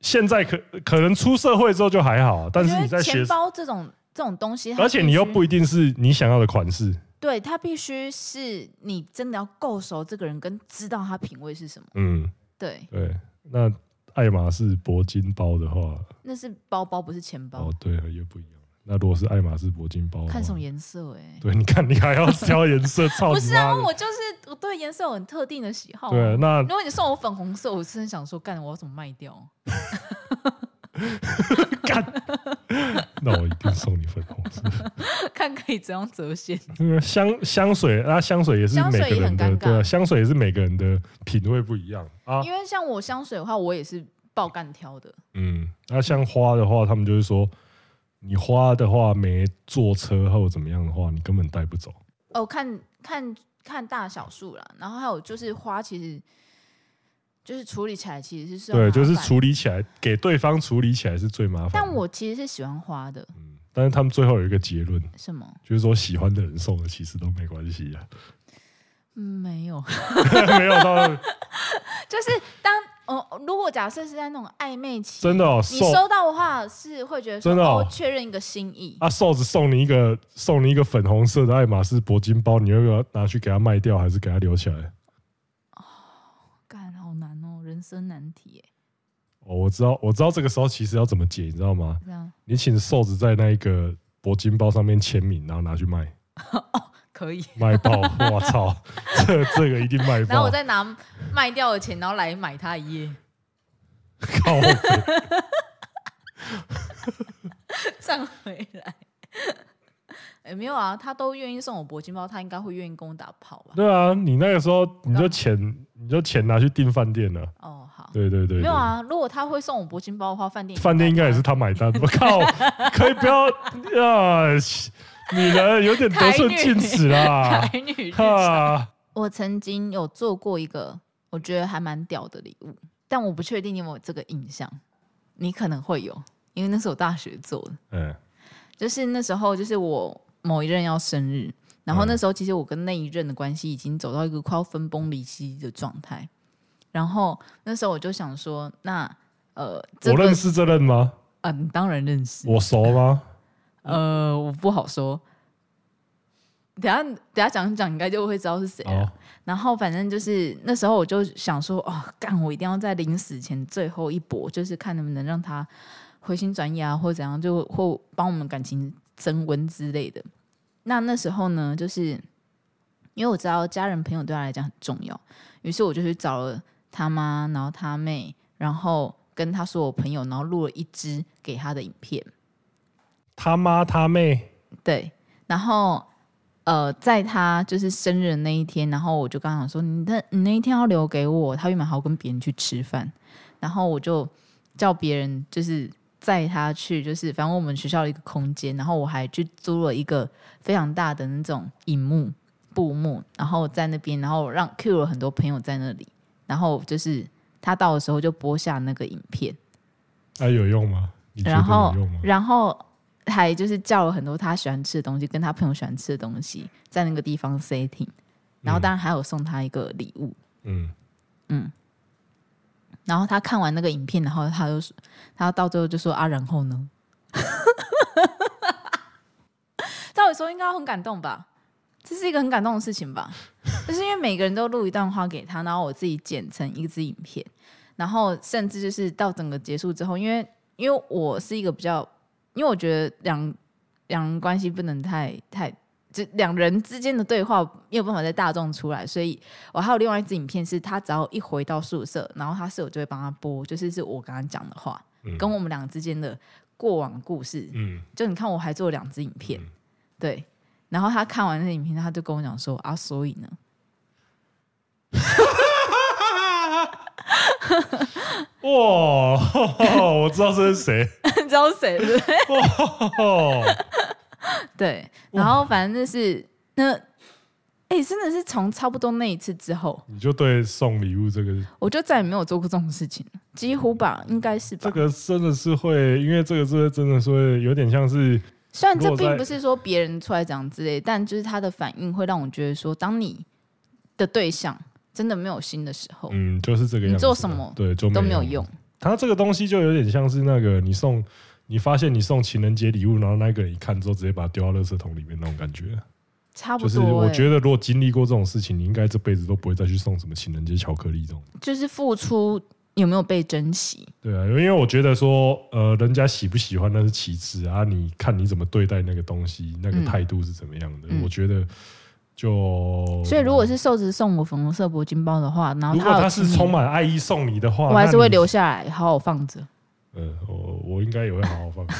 现在可可能出社会之后就还好，啊但
我
是你
觉
在
得
学
钱，包这种这种东西它必须，
而且你又不一定是你想要的款式，
对，它必须是你真的要够熟这个人，跟知道他品味是什么。
嗯，
对，
对。那爱马仕铂金包的话，
那是包包，不是钱包。
哦，对，也不一样。那如果是爱马仕铂金包的话，
看什么颜色、欸？
(laughs) 对，你看你还
(laughs)
要挑颜色，操
不
你
是啊，
妈的！
我就是我对颜色有很特定的喜好、啊。
对，那
如果你送我粉红色，我真的想说，干，我要怎么卖掉？ (laughs)
干，那我一定送你粉红色。
看可以怎样折现。
因为香香水啊，香水也是
香
每
水
个
也
人
很
的，
尴尬
对啊，香水也是每个人的品味不一样啊。
因为像我香水的话，我也是爆干挑的。
嗯，那像花的话，他们就是说，你花的话没坐车或者怎么样的话，你根本带不走。
哦，看看看大小数啦，然后还有就是花，其实就是处理起来其实是
对，就是
处。
处理起来给对方处理起来是最麻烦的。
但我其实是喜欢花的，
但是他们最后有一个结论，
什么？
就是说喜欢的人送的其实都没关系啊， (laughs)
嗯，没有， (laughs)
没有到
就是当哦，如果假设是在那种暧昧期，
真的哦，
你
送
收到的话是会觉得说
真的哦
哦，确认一个心意。
啊瘦子送你一个送你一个粉红色的爱马仕铂金包，你会不要拿去给他卖掉，还是给他留起来？
干，好难哦，人生难题耶。
哦，我知道，我知道这个时候其实要怎么解，你知道吗？
这样
你请瘦子在那一个铂金包上面签名，然后拿去卖，
可以。
卖爆！我操，这这个一定卖爆！
(laughs) 然后我再拿卖掉的钱，然后来买它一夜，
(laughs)
(laughs)
靠北
赚回来。 (laughs) 也、没有啊，他都愿意送我铂金包，他应该会愿意跟我打炮吧？
对啊，你那个时候你就钱你就钱拿去订饭店了，
哦，好，
对对对对
没有啊。如果他会送我铂金包的话，饭店
饭店应该也是他买单。我
(laughs)
靠，可以不要啊！女人有点得寸进尺
(laughs)
啦！
台女日常。
哈，
我曾经有做过一个我觉得还蛮屌的礼物，但我不确定你有没有这个印象，你可能会有，因为那是我大学做的。
嗯
就是那时候，就是我某一任要生日，然后
嗯
那时候其实我跟那一任的关系已经走到一个快要分崩离析的状态。然后那时候我就想说，那呃，这
我
个
认识这任吗？
啊，你当然认识，
我熟吗？
呃，我不好说。等一下等一下讲一讲，应该就会知道是谁了。
哦，
然后反正就是那时候我就想说，哦，干，我一定要在临死前最后一搏，就是看能不能让他回心转意啊，或怎样，就或帮我们感情升温之类的。那那时候呢，就是因为我知道家人朋友对他来讲很重要，于是我就去找了他妈，然后他妹，然后跟他说我朋友，然后录了一支给他的影片。
他妈他妹，
对，然后呃，在他就是生日的那一天，然后我就刚想说，你那你那一天要留给我，他原本还要跟别人去吃饭，然后我就叫别人就是载他去，就是反正我们学校的一个空间，然后我还去租了一个非常大的那种荧幕布幕，然后在那边，然后让 Q 了很多朋友在那里，然后就是他到的时候就播下那个影片。
那啊有用吗？你觉得
然后
有用吗？
然后还就是叫了很多他喜欢吃的东西，跟他朋友喜欢吃的东西，在那个地方 setting。然后当然还有送他一个礼物。
嗯，
然后他看完那个影片，然后他就说他到最后就说啊，然后呢？照理说应该要很感动吧，这是一个很感动的事情吧？就是因为每个人都录一段话给他，然后我自己剪成一支影片，然后甚至就是到整个结束之后，因为因为我是一个比较，因为我觉得两两人关系不能太太。就两人之间的对话没有办法在大众出来，所以我还有另外一支影片，是他只要一回到宿舍，然后他室友就会帮他播，就是是我跟他讲的话，
嗯
跟我们俩之间的过往故事。
嗯，
就你看，我还做了两支影片，
嗯
对。然后他看完那影片，他就跟我讲说：“啊，所以呢，
哇， (laughs) 我知道这是谁，
(laughs) 你知道谁对不对？
哦，
(laughs) 对。然后反正就是那，哎、真的是从差不多那一次之后，
你就对送礼物这个
我就再也没有做过这种事情了，几乎吧，应该是吧。
这个真的是会，因为这个是真的是会有点像是
虽然
如
这
果
并
在
不是说别人出来讲之类，但就是他的反应会让我觉得说，当你的对象真的没有心的时候，
嗯，就是这个样子啊。
你做什么
对，就
都
没
没有用。。
它这个东西就有点像是那个你送，你发现你送情人节礼物，然后那个人一看之后直接把它丢到垃圾桶里面那种感觉。
差
就
不
是
多、
我
欸，
觉得如果经历过这种事情，你应该这辈子都不会再去送什么情人节巧克力这种。
就是付出有没有被珍惜？
对啊，因为我觉得说，呃，人家喜不喜欢那是其次啊，你看你怎么对待那个东西，那个
嗯
态度是怎么样的。
嗯
我觉得就，
所以如果是瘦子送我粉红色铂金包的话，然后
如果
有
他是
亲你
充，满爱意送你的话，
我还是
那
会
你
留下来，好好放着。
呃，我我应该也会好好放 (laughs) 着。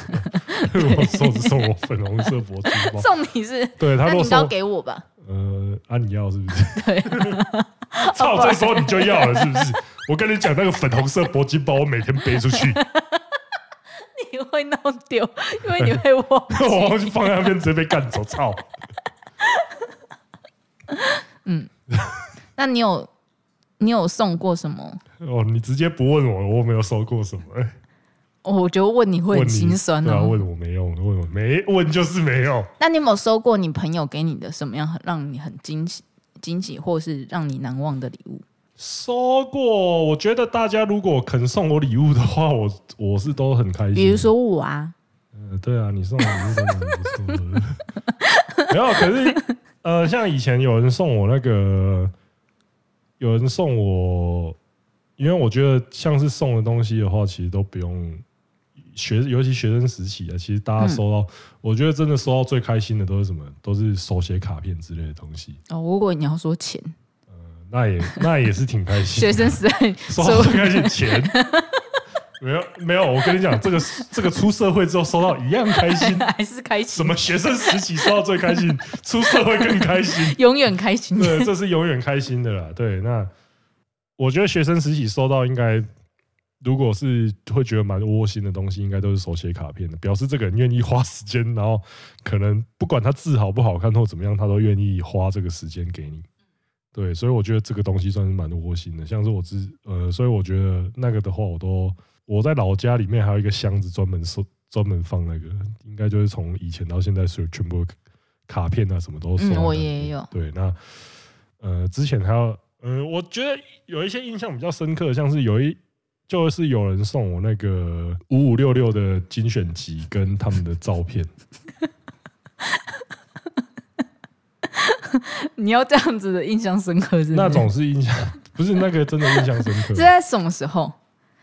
如果送是送我粉红色铂金包，
(laughs) 送你是，
对 (laughs) 他
那
如果
你应该要
送
给我吧？ (laughs)
呃，啊你要是不是？
对，
(laughs) 操，这时候你就要了是不是？我跟你讲，那个粉红色铂金包，我每天背出去， (laughs)
你会弄 (laughs)
(laughs)
丢，因为你会忘。
我就放在那边直接被干走，操！
那你有你有送过什么？
哦，你直接不问我，我没有收过什么、哎
哦我觉得问你会
问
很
你
心酸
对啊，
哦。
问我没用，问我没问就是没用。
那你有没有收过你朋友给你的什么样很让你很惊喜、惊喜，或是让你难忘的礼物？
收过，我觉得大家如果肯送我礼物的话，我我是都很开心。
比如说我啊，
呃，对啊，你送我礼物都蛮不错的。没有，可是呃，像以前有人送我那个，有人送我，因为我觉得像是送的东西的话，其实都不用学，尤其学生时期啊，其实
嗯
大家收到，我觉得真的收到最开心的都是什么？都是手写卡片之类的东西，
哦，如果你要说
(laughs)
钱，
那
(laughs)
也那也是挺开心的。(laughs)
学生时代
收
收
到最开心的钱。 (laughs) 没有没有，我跟你讲，这个这个出社会之后收到一样开心，
还是开
什
心，
么学生时期收到最开心，出社会更开
(laughs)
心。
永远开心。
对，这是永远开心的啦。对，那我觉得学生时期收到应该，如果是会觉得蛮窝心的东西，应该都是手写卡片的，表示这个人愿意花时间，然后可能不管他字好不好看或怎么样，他都愿意花这个时间给你。对，所以我觉得这个东西算是蛮窝心的。像是我之呃，所以我觉得那个的话，我都我在老家里面还有一个箱子专门收专门放那个，应该就是从以前到现在是全部卡片啊什么都收
嗯
到那里。
我也有
对，那呃之前还有呃，我觉得有一些印象比较深刻，像是有一就是有人送我那个五五六六的精选集跟他们的照片。
你要这样子的印象深刻是不是
那种是印象， (laughs) 不是那个真的印象深
(laughs)
刻
是。在什么时候？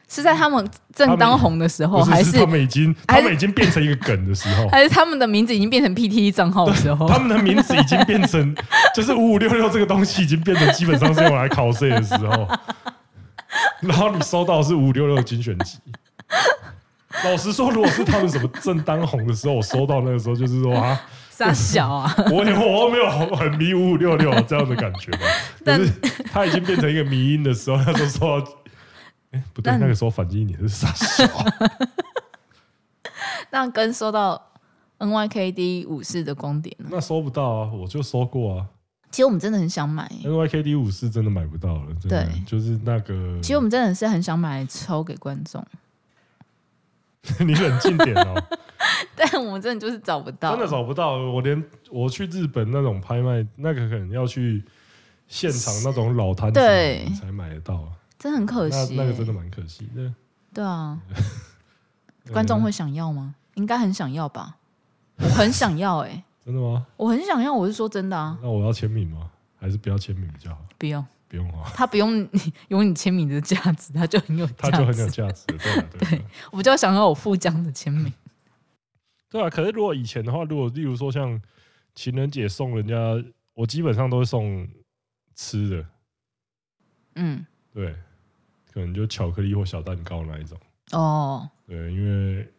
是在他们正当红的时候，
不是
哦还
是他们已经，他
还是
们已经变成一个梗的时
(laughs)
候，
还是他们的名字已经变成 PTE 账号的时候？
他们的名字已经变成，就是五五六六这个东西已经变成基本上是用来考试的时候，然后你收到的是五五六六精选集。老实说，如果是他们什么正当红的时候，我收到那个时候就是说啊，
傻小啊！
我也我没有很迷五五六六这样的感觉吧。可
(laughs) 但
是他已经变成一个迷音的时候，他就说 (laughs) 到，哎、不对，
但
那个时候反击你是傻笑。
(laughs)
(laughs)
那跟收到 NYKD 武士的光点呢？
那收不到啊，我就收过啊。
其实我们真的很想买、
嗯 NYKD 五是真的买不到了，真的
对
就是那个。
其实我们真的是很想买来抽给观众，
(laughs) 你冷静点哦，
(laughs) 但我们真的就是找不到
真。的找不到。我连我去日本那种拍卖，那个可能要去现场那种老摊子
对
才买得到啊。
真的很可惜、
那那个真的嗯蛮可惜的。
对啊， (laughs) 观众
呃
会想要吗？应该很想要吧？我很想要哎、
真的吗？
我很想要，我是说真的啊！
那我要签名吗？还是不要签名比较好？
不用，
不用
(laughs)
啊，
他不用你有你签名的价值，他就
(laughs)
很有价
它
值。
就很有价值了。对啊，
(laughs)
对啊对啊。
我比较想要我副将的签名。
对啊，可是如果以前的话，如果例如说像情人节送人家，我基本上都会送吃的，
嗯，
对，可能就巧克力或小蛋糕那一种，
哦，
对，因为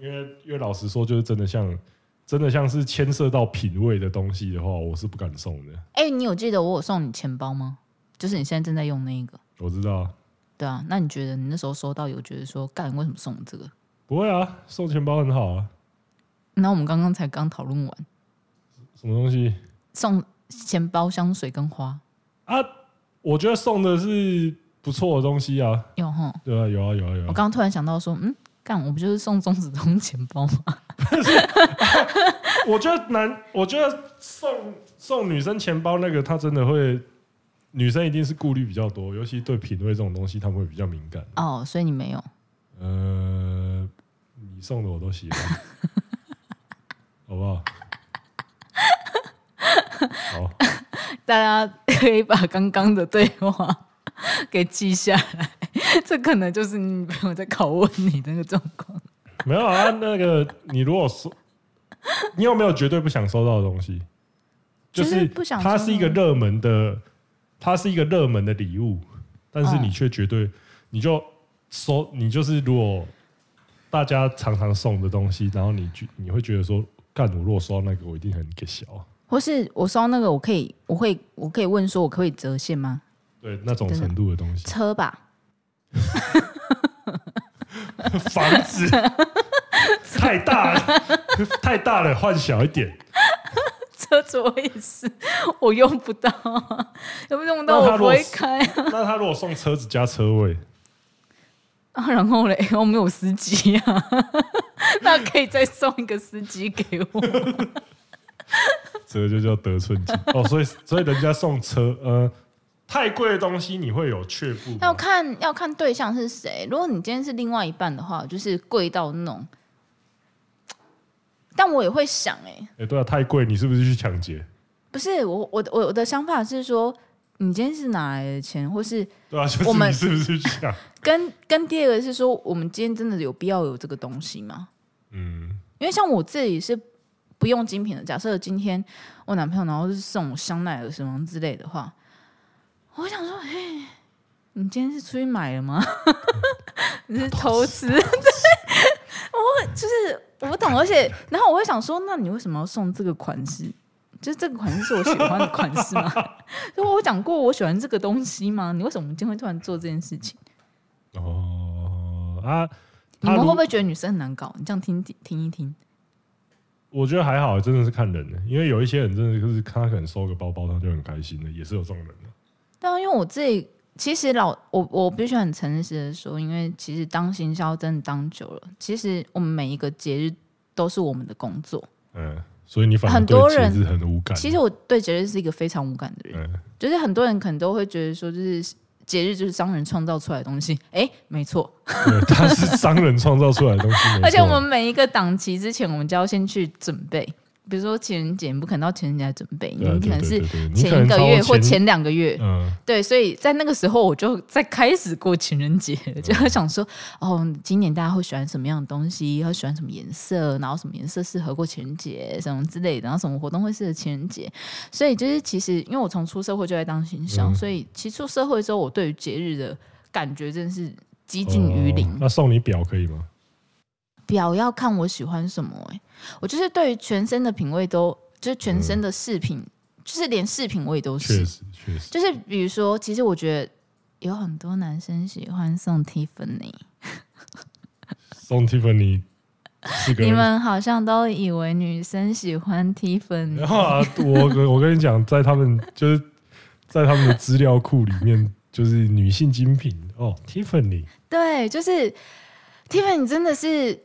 因为因为老实说，就是真的像真的像是牵涉到品味的东西的话，我是不敢送的。
哎、你有记得我有送你钱包吗？就是你现在正在用那一个。
我知道啊，
对啊，那你觉得你那时候收到有觉得说，干为什么送我这个？
不会啊，送钱包很好啊，
那我们刚刚才刚讨论完，
什么东西
送钱包、香水跟花，
啊？我觉得送的是不错的东西啊，
有吼。
对啊，有啊，有啊，有
我
啊。
刚刚突然想到说，嗯，干，我不就是送钟子通钱包吗？
我觉得男，我觉得送送女生钱包那个，他真的会，女生一定是顾虑比较多，尤其对品味这种东西，他们会比较敏感。
哦，所以你没有。
呃，你送的我都
(laughs)
喜欢，好不好？ (laughs) 好，
大家可以把刚刚的对话 (laughs) 给记下来，这可能就是你女朋友在拷问你的那个状况。
没有啊，那个你如果收，你有没有绝对不想收到的东西？就
就是是不想
它
收啊
是一个
到
热门的，它是一个热门的礼物，但是
嗯
你却绝对，你就收，你就是如果大家常常送的东西，然后你觉你会觉得说，干我如果收到那个，我一定很给小啊，
或是我收到那个，我可以，我会，我可以问说，我可以折现吗？
对那种
真的
程度的东西，
车吧，
房
(laughs)
子太大了，太大了，换小一点，
车子我也是， (laughs) 我用不到、啊，用不用到
那他如
我不
果
会
是
开啊。
那他如果送车子加车位，
啊然后嘞，我没有司机啊， (laughs) 那可以再送一个司机给我。
这个就叫得寸进哦。所以所以人家送车，呃，太贵的东西你会有却步吗。
要看要看对象是谁。如果你今天是另外一半的话，就是贵到那种，但我也会想哎、
哎、对啊，太贵，你是不是去抢劫？
不是我我的我的想法是说，你今天是哪来的钱，或是
对啊，就是
我们
你是不是去抢？
跟跟第二个是说，我们今天真的有必要有这个东西吗？
嗯，
因为像我自己是不用精品的。假设今天我男朋友然后是送我香奈儿什么之类的话，我想说，嘿，你今天是出去买了吗？ (laughs) 你是偷吃？对，我就是我不懂，而且然后我会想说，那你为什么要送这个款式？就是这个款式是我喜欢的款式吗？ (laughs) 就我有讲过我喜欢这个东西吗？你为什么今天会突然做这件事情？
哦啊，
你
他
们
如
会不会觉得女生很难搞？你这样听听一听，
我觉得还好，真的是看人的，因为有一些人真的就是他可能收个包包，他就很开心的，也是有这种人的。
对啊，因为我自己其实老我我必须很诚实的说，因为其实当行销真的当久了，其实我们每一个节日都是我们的工作。
嗯，所以你反而
很
对
多
节
人
日很无感。
其实我对节日是一个非常无感的人，
嗯，
就是很多人可能都会觉得说，就是节日就是商人创造出来的东西。哎，没错，
对， (laughs) 他是商人创造出来的东西，没错
(laughs) 而且我们每一个档期之前，我们就要先去准备。比如说情人节，你不可能到情人节才准备，你
对啊
可能
对
是
对对对你可
前
能
一个
超
月
过
或前两个月，
嗯，
对，所以在那个时候我就在开始过情人节了，就
嗯
要想说，哦，今年大家会喜欢什么样的东西，会喜欢什么颜色，然后什么颜色适合过情人节，什么之类的，然后什么活动会适合情人节。所以就是其实，因为我从出社会就在当行销，
嗯
所以其实出社会之后，我对于节日的感觉真的是几近于零。
哦那送你表可以吗？
表要看我喜欢什么、欸，我就是对于全身的品味都，就是全
嗯
身的饰品，就是连饰品我也都是
确。实，确实，
就是比如说，其实我觉得有很多男生喜欢送 Tiffany，
送 Tiffany 是个
你。们好像都以为女生喜欢 Tiffany，
然后 (laughs) 啊，我我跟你讲，在他们就是在他们的资料库里面，就是女性精品哦，Tiffany
对，就是 Tiffany 真的是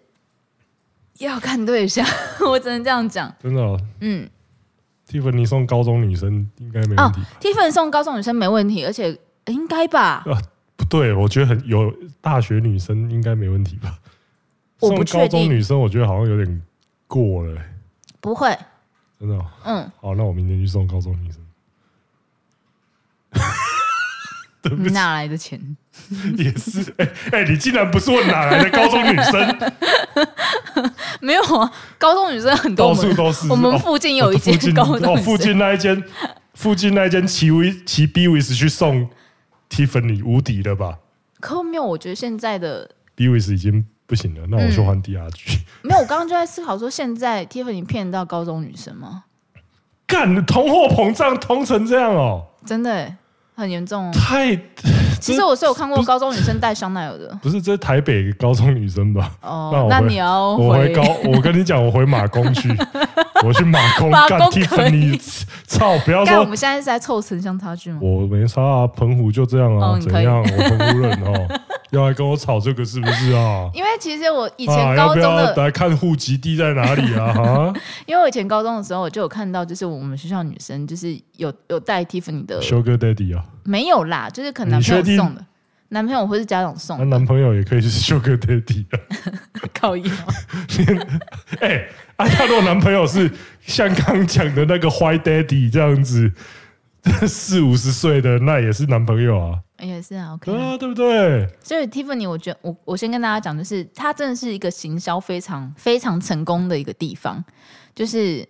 要看对象， (laughs) 我只能这样讲。
真的、哦、
嗯，
，Tiffany 送高中女生应该没问
哦
题吧。
，Tiffany 送高中女生没问题，而且应该吧，
不对，我觉得很有大学女生应该没问题吧？
我
送
不
高
确定
中女生我觉得好像有点过了、欸
不会，
真的哦、
嗯，
好，那我明天去送高中女生， (laughs)
你
嗯
哪来的钱？ (laughs)
也是。哎、哎你竟然不是问哪来的高中女
(laughs)
生，
没有啊，高中女生很多，
到
我
处
们
都是。
我们
哦
附近有一间
附近
高中女生
哦，附近那一间，附近那一间骑 V 骑 B V 去送 Tiffany 无敌了吧
可没有，我觉得现在的
？B V 已经不行了，那我去
嗯
换 D R G。 (laughs)
没有，我刚刚就在思考说，现在 Tiffany 骗得到高中女生吗？
干，通货膨胀通成这样哦，
真的、欸、很严重
(laughs)
哦。
太
其实我是有看过高中女生戴香奈儿的
不是这是台北高中女生吧？那
哦
我，
那
回
你要
我回高，我跟你讲，我回马公
(laughs)
去，我去马公
马
干
公可以
Tiffany，操！不要
干，我
说
们现在是在凑城乡差距吗？
我没差啊，澎湖就这样啊，
哦你
怎
可以
样？我澎湖人
(laughs)
哦，要来跟我吵这个是不是啊？
因为其实我以
啊，
前
要
高
不
中
要
的，
来看户籍地在哪里
(laughs)
啊？哈，
因为我以前高中的时候，我就有看到，就是我们学校女生就是有有戴 Tiffany 的，
Sugar Daddy 啊，
没有啦，就是可能
你
男朋
确定
友送的，男朋友或是家长
她
送的，
啊男朋友也可以是 Sugar Daddy 啊。 (laughs)
(laughs) 靠腰。
哎，啊，她如果男朋友是像刚讲的那个坏 Daddy 这样子， (laughs) 四五十岁的那也是男朋友啊，
也是啊，OK
对
啊。
啊，对不对？
所以 Tiffany，我觉得我我先跟大家讲，就是它真的是一个行销非常非常成功的一个地方，就是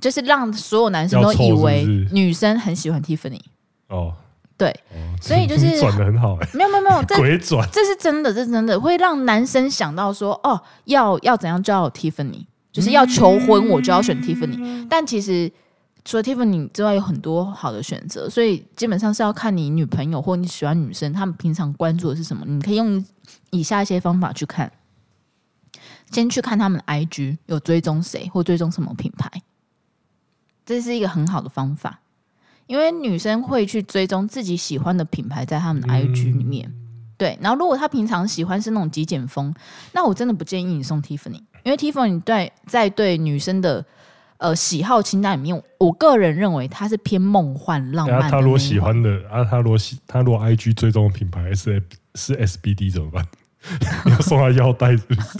就是让所有男生都
要凑
以为
是不是
女生很喜欢 Tiffany。
哦，
对，
哦
所以就是
你转的很好哎，
没有没有没
(laughs)
有，这
鬼转。
这是真的，这是真的会让男生想到说，哦，要要怎样叫 Tiffany，就是要求婚我就要选 Tiffany、但其实除了 Tiffany 之外，有很多好的选择，所以基本上是要看你女朋友或你喜欢女生，她们平常关注的是什么。你可以用以下一些方法去看：先去看他们的 IG 有追踪谁或追踪什么品牌，这是一个很好的方法，因为女生会去追踪自己喜欢的品牌在他们的
嗯
IG 里面。对，然后如果她平常喜欢是那种极简风，那我真的不建议你送 Tiffany，因为 Tiffany 对在对女生的呃喜好清单里面，我个人认为它是偏梦幻浪漫
那
的
哎他
那
如
一种。
果喜欢的啊，他如果喜他如果 IG 追踪的品牌是 F- 是 SBD 怎么办？ (laughs) 你要送他腰带是不是？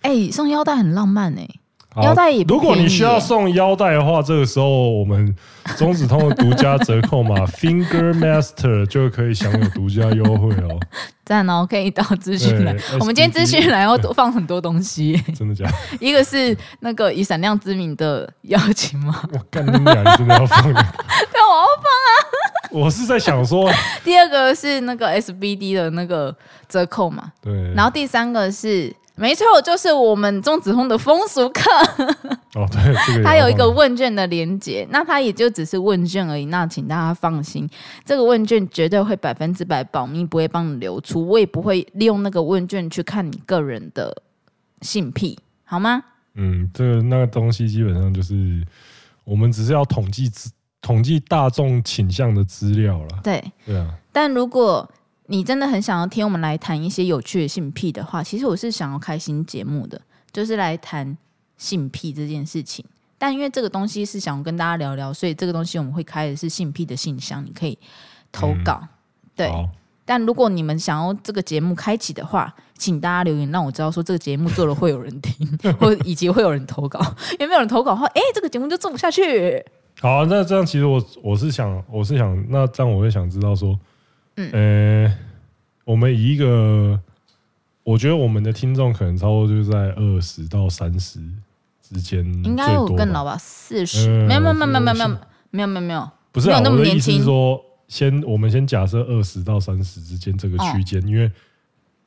哎、送腰带很浪漫哎、
好
(laughs) 腰带也不
如果
便
你
宜
需要
耶
送腰带的话，这个时候我们 (laughs) 中子通的独家折扣码 Finger Master 就可以享有独家优惠哦。 (laughs)
赞哦，可以到资讯栏
对。
我们今天资
SBD
讯栏要多放很多东西耶，
真的假的？ (laughs)
一个是那个以闪亮之名的邀请码，
我干你娘！你真的要放？ (laughs)
对，啊我要放。
我是在想说，
第二个是那个 SBD 的那个折扣嘛，
对，
然后第三个是。没错，就是我们钟子通的风俗课，
哦对，这个
它
也要
有一个
放
问卷的连接，那它也就只是问卷而已，那请大家放心，这个问卷绝对会百分之百保密，不会帮你流出，我也不会利用那个问卷去看你个人的性癖，好吗？
嗯，这个那个东西基本上就是我们只是要统计资统计大众倾向的资料啦。
对，
对啊，
但如果你真的很想要听我们来谈一些有趣的性癖的话，其实我是想要开新节目的，就是来谈性癖这件事情。但因为这个东西是想跟大家聊聊，所以这个东西我们会开的是性癖的信箱，你可以投
嗯
稿。对，
好，
但如果你们想要这个节目开启的话，请大家留言让我知道说这个节目做了会有人
(laughs)
听，或以及会有人投稿。有没有人投稿的话，哎、这个节目就做不下去。
好啊、那这样其实我我是想，我是想，那这样我会想知道说，
嗯
呃，我们以一个，我觉得我们的听众可能差不多就在二十到三十之间，
应该有更老，吧，四十、
嗯
没有没有没有没有没有
是
没有没有没有，
不是、啊、
没有那么
我的
年
意思是
轻
说，先我们先假设二十到三十之间这个区
嗯
间，因为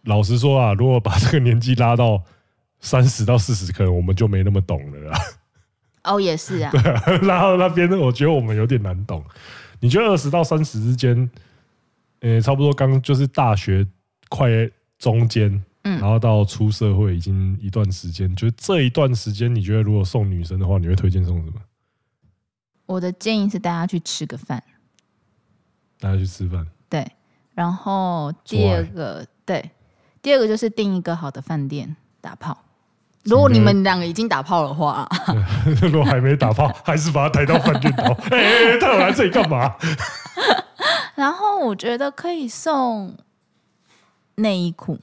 老实说啊，如果把这个年纪拉到三十到四十，可能我们就没那么懂了啦。 (laughs)
哦，也是啊，
拉到那边，我觉得我们有点难懂。你觉得二十到三十之间，呃，差不多刚就是大学快中间，
嗯
然后到出社会已经一段时间，就是这一段时间，你觉得如果送女生的话，你会推荐送什么？
我的建议是大家去吃个饭，
大家去吃饭，
对。然后第二个，对，第二个就是订一个好的饭店打炮。如果你们两个已经打炮的话，
(laughs) 如果还没打炮，还是把他抬到饭店头。哎、欸欸，他有来这里干嘛？
然后我觉得可以送内衣裤。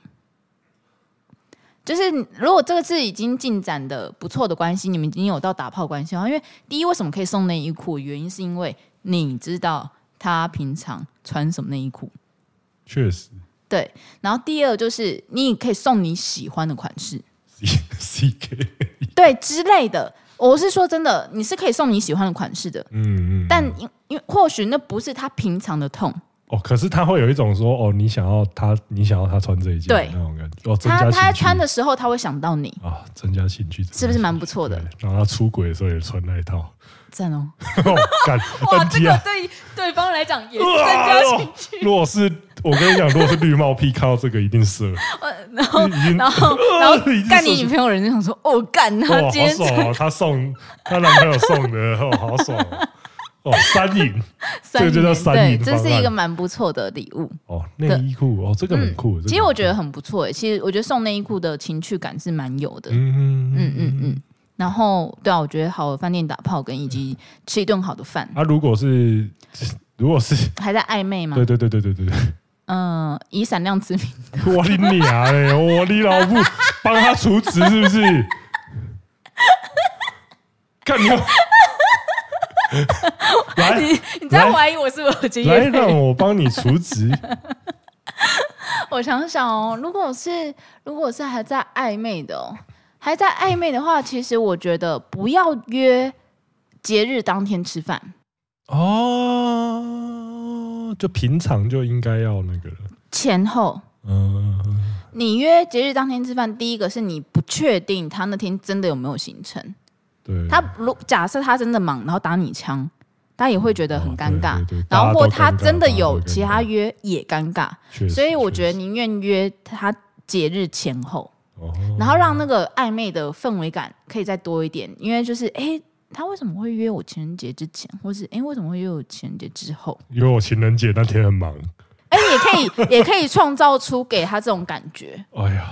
就是如果这个是已经进展的不错的关系，你们已经有到打炮关系了。因为第一，为什么可以送内衣裤？原因是因为你知道他平常穿什么内衣裤。
确实
对，然后第二就是你也可以送你喜欢的款式，
，C C K，
对之类的。我是说真的，你是可以送你喜欢的款式的，
嗯嗯。
但因因为或许那不是他平常的痛，
哦，可是他会有一种说，哦，你想要他，你想要他穿这一件
对
那种感觉，哦，增加
他
兴
他
趣
穿的时候他会想到你，
啊，增加兴趣，
是不是蛮不错的
对？然后他出轨的时候也穿那一套，
(laughs)
(laughs)
赞哦！
哦干 NT 啊！
对对方来讲也
哇哦如果是我跟你讲，如果是绿帽癖看到这个一定
(laughs)
射，
呃然后
已经
然后然后
(laughs) 已经
干你
射
女朋友，人就想说哦干他
哇，
今
好
天
爽哦！她送她男朋友送的，哦，好爽哦！哦，三影
三
这个就叫
年
三
对，
赢
这
方
是一
案
个蛮不错的礼物。
哦，内衣裤哦，这个很酷。这个很酷
嗯其实我觉得，很不错诶，其实我觉得送内衣裤的情趣感是蛮有的。
嗯
嗯
嗯嗯。
嗯嗯。然后，对啊，我觉得好的饭店打炮跟以及
嗯
吃一顿好的饭，
啊，如果是如果是，
还在暧昧吗
对？对对对对对对，
嗯、以闪
(laughs)
亮之名，
我的娘嘞！我的老母，帮他除职是不是？看你要。来，
你在怀疑我是不是有经
来，
验？
让我帮你除职。
我想想哦，如果是如果是还在暧昧的哦，还在暧昧的话，其实我觉得不要约节日当天吃饭，
哦，就平常就应该要那个了。
前后。
嗯、
你约节日当天吃饭，第一个是你不确定他那天真的有没有行程。
对。
他如假设他真的忙，然后打你枪，他也会觉得很尴尬。
哦对对对
然后或
大家
他
都尴尬
真的有
大家都尴尬
其他约也尴尬，
确实，
所以我觉
确
得宁愿约他节日前后，
实，哦
然后让那个暧昧的氛围感可以再多一点，因为就是哎。诶他为什么会约我情人节之前，或是哎、为什么会约我情人节之后？
因为我情人节那天很忙。
哎、也
(laughs)
可以也可以创造出给他这种感觉，
哎呀，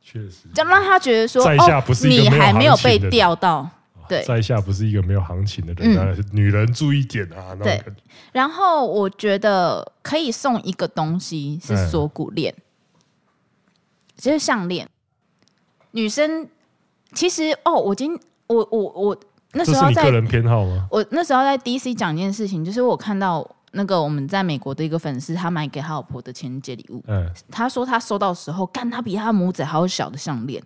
确实，
就让他觉得说
在下
哦
不，是一个
你
没有
还没有
行情
被
的人
钓到。对
在下不是一个没有行情的人，
嗯
但是女人注意点啊，那种
对
感觉
然后我觉得可以送一个东西是
嗯
锁骨链，就是项链。女生其实哦，我今我我我那
这
时
是
候
你
在
个人偏好吗？
我那时候在 DC 讲一件事情，就是我看到那个我们在美国的一个粉丝，他买给他老婆的情人节礼物，
嗯，
他说他收到的时候，干他比他拇指还要小的项链，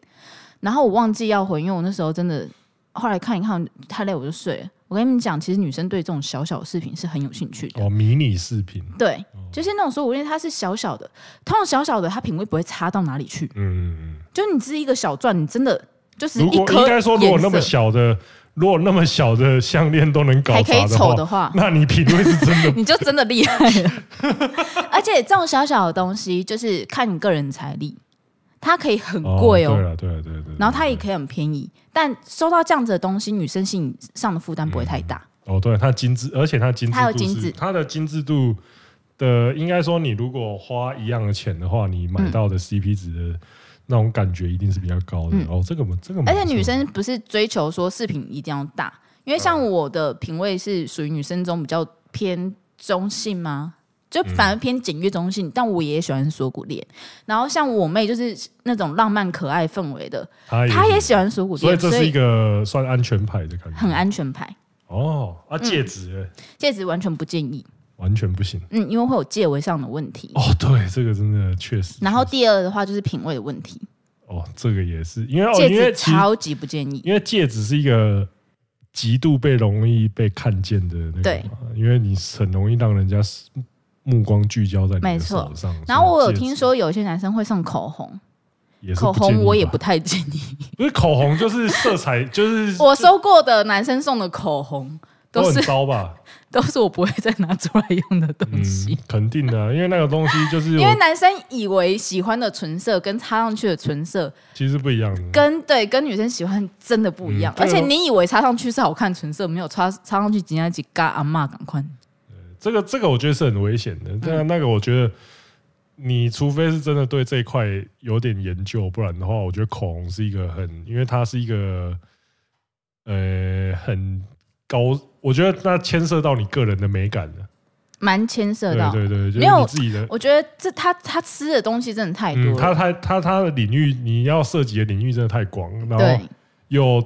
然后我忘记要回，因为我那时候真的后来看一看太累，我就睡了。我跟你们讲，其实女生对这种小小的饰品是很有兴趣的，
哦，迷你饰品，
对，
哦
就是那种锁骨链，它是小小的，通常小小的，它品味不会差到哪里去。
嗯，
就你只是一个小钻，你真的就是
如
一
果
颗
应该说，如果
颜
那么
色
小的，如果那么小的项链都能搞
还可以
砸
丑的话，
那你品味是真的
(laughs) 你就真的厉害
(laughs)
了。而且这种小小的东西，就是看你个人财力，它可以很贵哦，
对啊了，对了，对了对了。
然后它也可以很便宜，但收到这样子的东西，女生心理上的负担不会太大。
哦，对，它精致，而且它精致度是，
它有精致
它的精致度的，应该说你如果花一样的钱的话，你
嗯
买到的 CP 值的那种感觉一定是比较高的。
嗯
哦，这个这个蛮不错
而
的，
且女生不是追求说饰品一定要大，因为
嗯
像我的品味是属于女生中比较偏中性吗？就反而
嗯
偏简约中性，但我也喜欢锁骨链。然后像我妹就是那种浪漫可爱氛围的，
她也
她也
是，
喜欢锁骨
哎所以
链，
这
所
是一
以
个算安全牌的感觉，
很安嗯全牌。
哦啊，戒指、欸
戒指完全不建议，
完全不行。
嗯，因为会有戒围上的问题。
哦，对，这个真的确实。
然后
确实
第二的话就是品味的问题，
哦，这个也是，因为哦，
戒
因为
指
其实
超级不建议。
因为戒指是一个极度被容易被看见的那个
对
嘛，因为你很容易让人家目光聚焦在你的
没错
手上。
然后我有
所以戒指
听说有些男生会送口红，
也是
口
不建议
红我也
吧
不，太建议。
因为口红就是色
(laughs)
彩，就是
我收过的男生送的口红
都
都
很
是
糟吧，
(laughs) 都是我不会再拿出来用的 (laughs) 东
嗯
西，，
肯定的啊，因为那个东西就是
因为
我
男生以为喜欢的唇色跟擦上去的唇色
其实不一样的。
跟对跟女生喜欢真的不一样
嗯，对
而且
哦
你以为擦上去是好看唇色，没有擦擦上去紧接着嘎阿妈赶快。
这个这个我觉得是很危险的，
嗯
但那个我觉得。你除非是真的对这一块有点研究，不然的话，我觉得口红是一个很，因为它是一个呃很高，我觉得那牵涉到你个人的美感的，
蛮牵涉
对
到。
对对，就是
没有
你自己的，
我觉得这他他吃的东西真的太多
嗯，它
了，
它它它的领域，你要涉及的领域真的太广，然后
对
又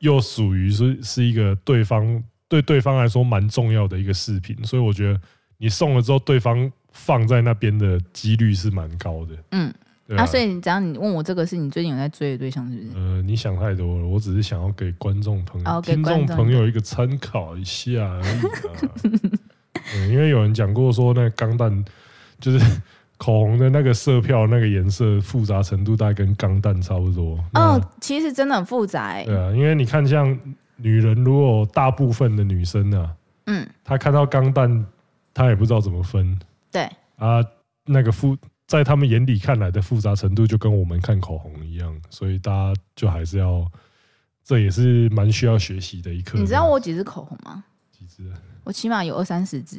又属于是是一个对方对对方来说蛮重要的一个饰品，所以我觉得你送了之后，对方放在那边的几率是蛮高的。
嗯，
对
啊，所以你只要你问我这个是你最近有在追的对象是不是？
呃，你想太多了，我只是想要给观众朋友、
哦给
听
观
众
众
朋友一个参考一下而 (laughs) 已啊。嗯因为有人讲过说，那个钢弹就是 (laughs) 口红的那个色票、那个颜色复杂程度大概跟钢弹差不多。那
哦，其实真的很复杂、欸
对，啊，因为你看，像女人，如果大部分的女生呢、啊，
嗯，
她看到钢弹，她也不知道怎么分
对，
啊。那个复在他们眼里看来的复杂程度，就跟我们看口红一样，所以大家就还是要，这也是蛮需要学习的一课。
你知道我几支口红吗？
几支啊？
我起码有二三十支，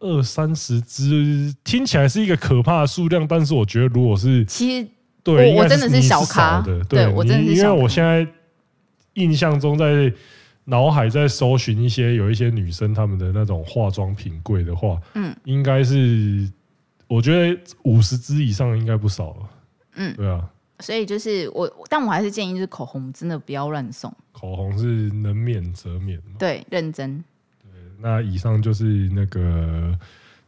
二三十支，听起来是一个可怕的数量，但是我觉得如果是
其实
对，
我
应
我
该
真的
是
是
你
小咖
少的，
对我
你
真的是
因为
小
我
咖
现在印象中在脑海在搜寻一些有一些女生她们的那种化妆品柜的话，
嗯，
应该是我觉得五十支以上应该不少了，
嗯，
对啊，
所以就是我，但我还是建议就是口红真的不要乱送，
口红是能免则免嘛。
对，认真。
那以上就是那个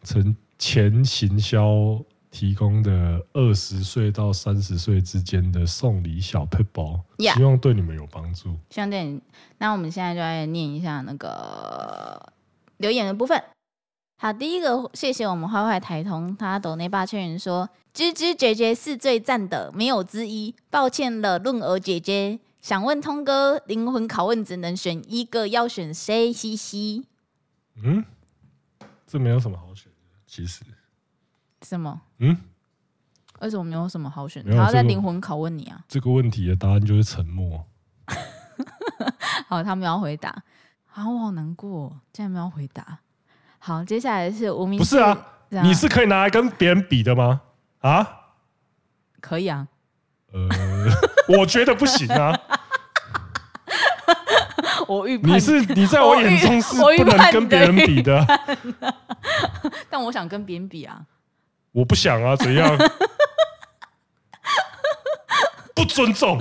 陈前行销提供的二十岁到三十岁之间的送礼小 p 包
Yeah
希望对你们有帮助。
像电影，那我们现在就来念一下那个留言的部分。好，第一个，谢谢我们坏坏台童，他抖内八千人说：“芝芝姐姐是最赞的，没有之一。抱歉了，润儿姐姐。想问通哥，灵魂拷问只能选一个，要选谁？嘻嘻。
嗯，这没有什么好选的，其实
什么？
嗯？
为什么没有什么好选？
没有
他要在
这个
灵魂拷问你啊？
这个问题的答案就是沉默。
好，他们要回答。啊，我好难过哦，竟然没有回答。好，接下来是无名。
不是啊，
这样，
你是可以拿来跟别人比的吗？啊，
可
(laughs)
以啊，
呃，我觉得不行啊。
我预判
你是你在我眼中是
我预 (laughs)
不能
判
跟
你
别
的
人
预
比的啊，
但我想跟别人比啊。
我不想啊，怎
(laughs)
样？不尊
(laughs)
重，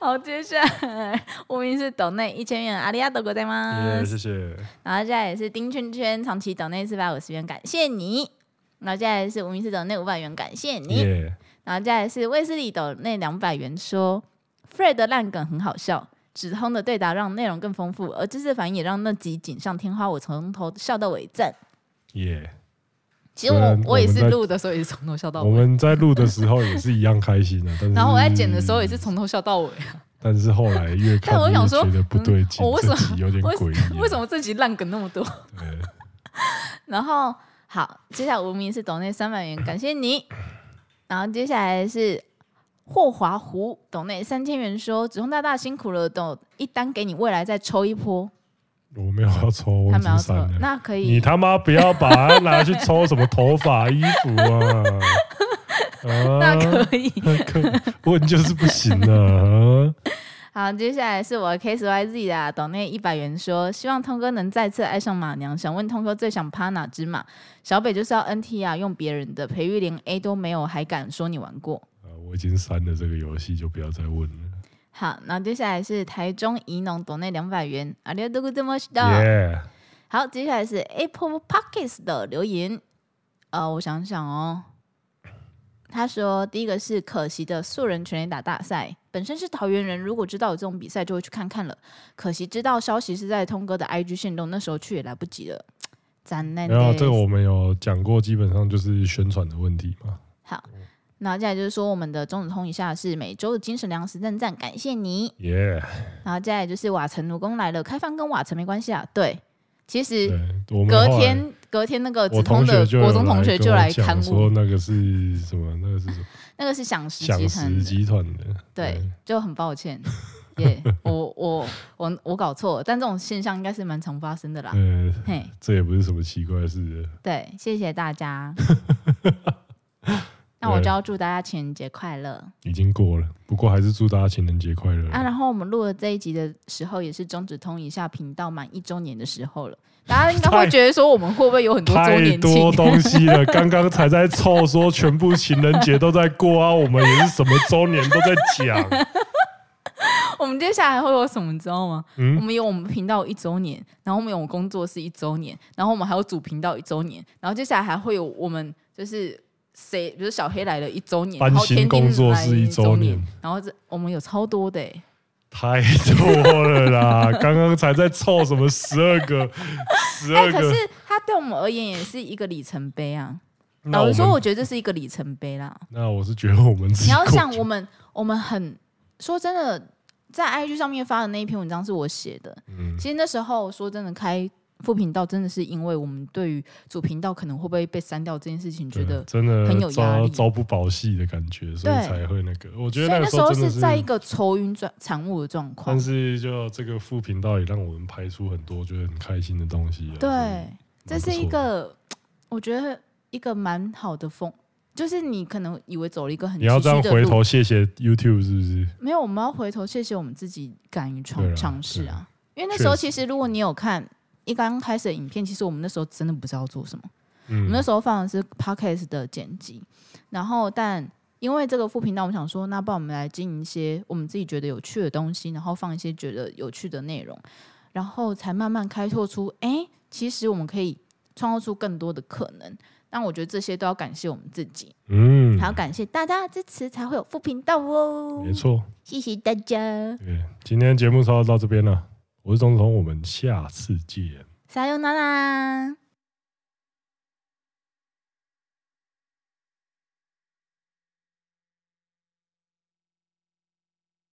好，接下来无名是抖内一千元，阿里亚多国在吗
耶，？谢谢。
然后接下来是丁圈圈长期抖内四百五十元，感谢你。然后接下来是无名氏抖内五百元，感谢你。
耶，
然后接下来是卫斯理抖内两百元说，Fred 的烂梗很好笑，直通的对答让内容更丰富，而知识反应也让那集锦上添花，我从头笑到尾赞。
耶，
其实
虽
我
然
我也
啊我们
是
在
录的时候也是从头笑到
我
尾，
们在录的时候也是一样开心的，但是
然后我在剪的时候也是，从头笑到尾。
但是后来越看
但我想说
越觉得不对劲，
嗯我为什么
这集有点诡异啊？
(laughs) 为什么这集烂梗那么多？ (laughs)
对？
然后好，接下来无名是抖内三百元，感谢你。然后接下来是霍华湖抖内三千元说：“子红大大辛苦了，抖一单给你，未来再抽一波。
我没有要抽，”我
他
已
们
经
要抽
删了，。
那可
你
以。
他妈不要把它拿去抽什么头发、衣服啊！
(laughs) 那
啊，
可以，
可问就是不行啊！
好，接下来是我 K S Y Z 的抖内一百元说，希望通哥能再次爱上马娘。想问通哥最想趴哪只马？小北就是要 N T 啊，用别人的培育连 A 都没有，还敢说你玩过？
啊我已经删了这个游戏，就不要再问
(laughs)
了。
好，然后接下来是台中宜农抖内两百元，ありがとうございました。
耶，
好，接下来是 Apple Pockets 的留言。呃，我想想哦，他说第一个是可惜的素人全垒打大赛，本身是桃园人，如果知道有这种比赛，就会去看看了。可惜知道消息是在通哥的 IG 线动，那时候去也来不及了，咱那
然后这个我们有讲过，基本上就是宣传的问题嘛。
然后接下来就是说我们的中子通以下是每周的精神粮食赞赞，感谢你。
耶，
然后接下来就是瓦城奴工来了，开放跟瓦城没关系啊，对，其实
对，我们
隔
后来
天隔天那个
我
子
同
通
学
的
就
国中同学就来
看
刊物
说，那个是什么？那个是什么？
那个是享食
响
集团
石
的，
集团的。
对，就很抱歉，耶、我我我我搞错了，但这种现象应该是蛮常发生的啦。
呃，
嘿，
这也不是什么奇怪的事。
对，谢谢大家。那我就要祝大家情人节快乐
已经过了，不过还是祝大家情人节快乐。
啊！然后我们录了这一集的时候，也是中指通一下频道满一周年的时候了，大家应该会觉得说我们会不会有很多周
太
年
多
庆？
东西了， (laughs) 刚刚才在凑说全部情人节都在过啊，我们也是什么周年都在
(laughs)
讲，
我们接下来会有什么，你知道吗？
嗯
我们有我们频道一周年，然后我们有我们工作室一周年，然后我们还有主频道一周年，然后接下来还会有我们就是谁，比如小黑来了一周年，
搬
然后
新
天
工
津
作
来
室一周
周
年，
然后这我们有超多的欸，
太多了啦！刚刚才在凑什么十二个，十
哎、
二
可
个
是。它对我们而言也是一个里程碑啊。
那
老
我
实说，我
们，
觉得这是一个里程碑啦。
那我是觉得我们 (laughs) 自己
你要
过
想，我们我们很说真的，在 IG 上面发的那一篇文章是我写的，
嗯
其实那时候说真的，开副频道真的是因为我们对于主频道可能会不会被删掉这件事情，觉
对啊
得，
真的
很有压
朝
力
朝不保夕的感觉，所以
对
才会那个。我觉
所以
得
那
个
时
候
候
真的
是在一个愁云转产物的状况
但。是就这个副频道也让我们拍出很多觉得很开心的东西、啊。
对，这
蛮不
是一
错
个我觉得一个蛮好的风，就是你可能以为走了一个很
你要
崎
这样
岖的
回
路，
头谢谢 YouTube 是不是？
没有，我们要回头谢谢我们自己敢于
对
尝
啊
尝试
对啊
啊，因为那
确
时候
实
其实如果你有看。一刚开始的影片，其实我们那时候真的不知道做什么。我
嗯
们那，时候放的是 podcast 的剪辑，然后但因为这个副频道，我们想说，那不然我们来经营一些我们自己觉得有趣的东西，然后放一些觉得有趣的内容，然后才慢慢开拓出，哎、其实我们可以创造出更多的可能。那我觉得这些都要感谢我们自己，
嗯
还，要感谢大家的支持，才会有副频道哦
没。错。
谢谢大家，
对，今天节目稍到到这边了，我是钟子彤，我们下次见。
撒由那拉。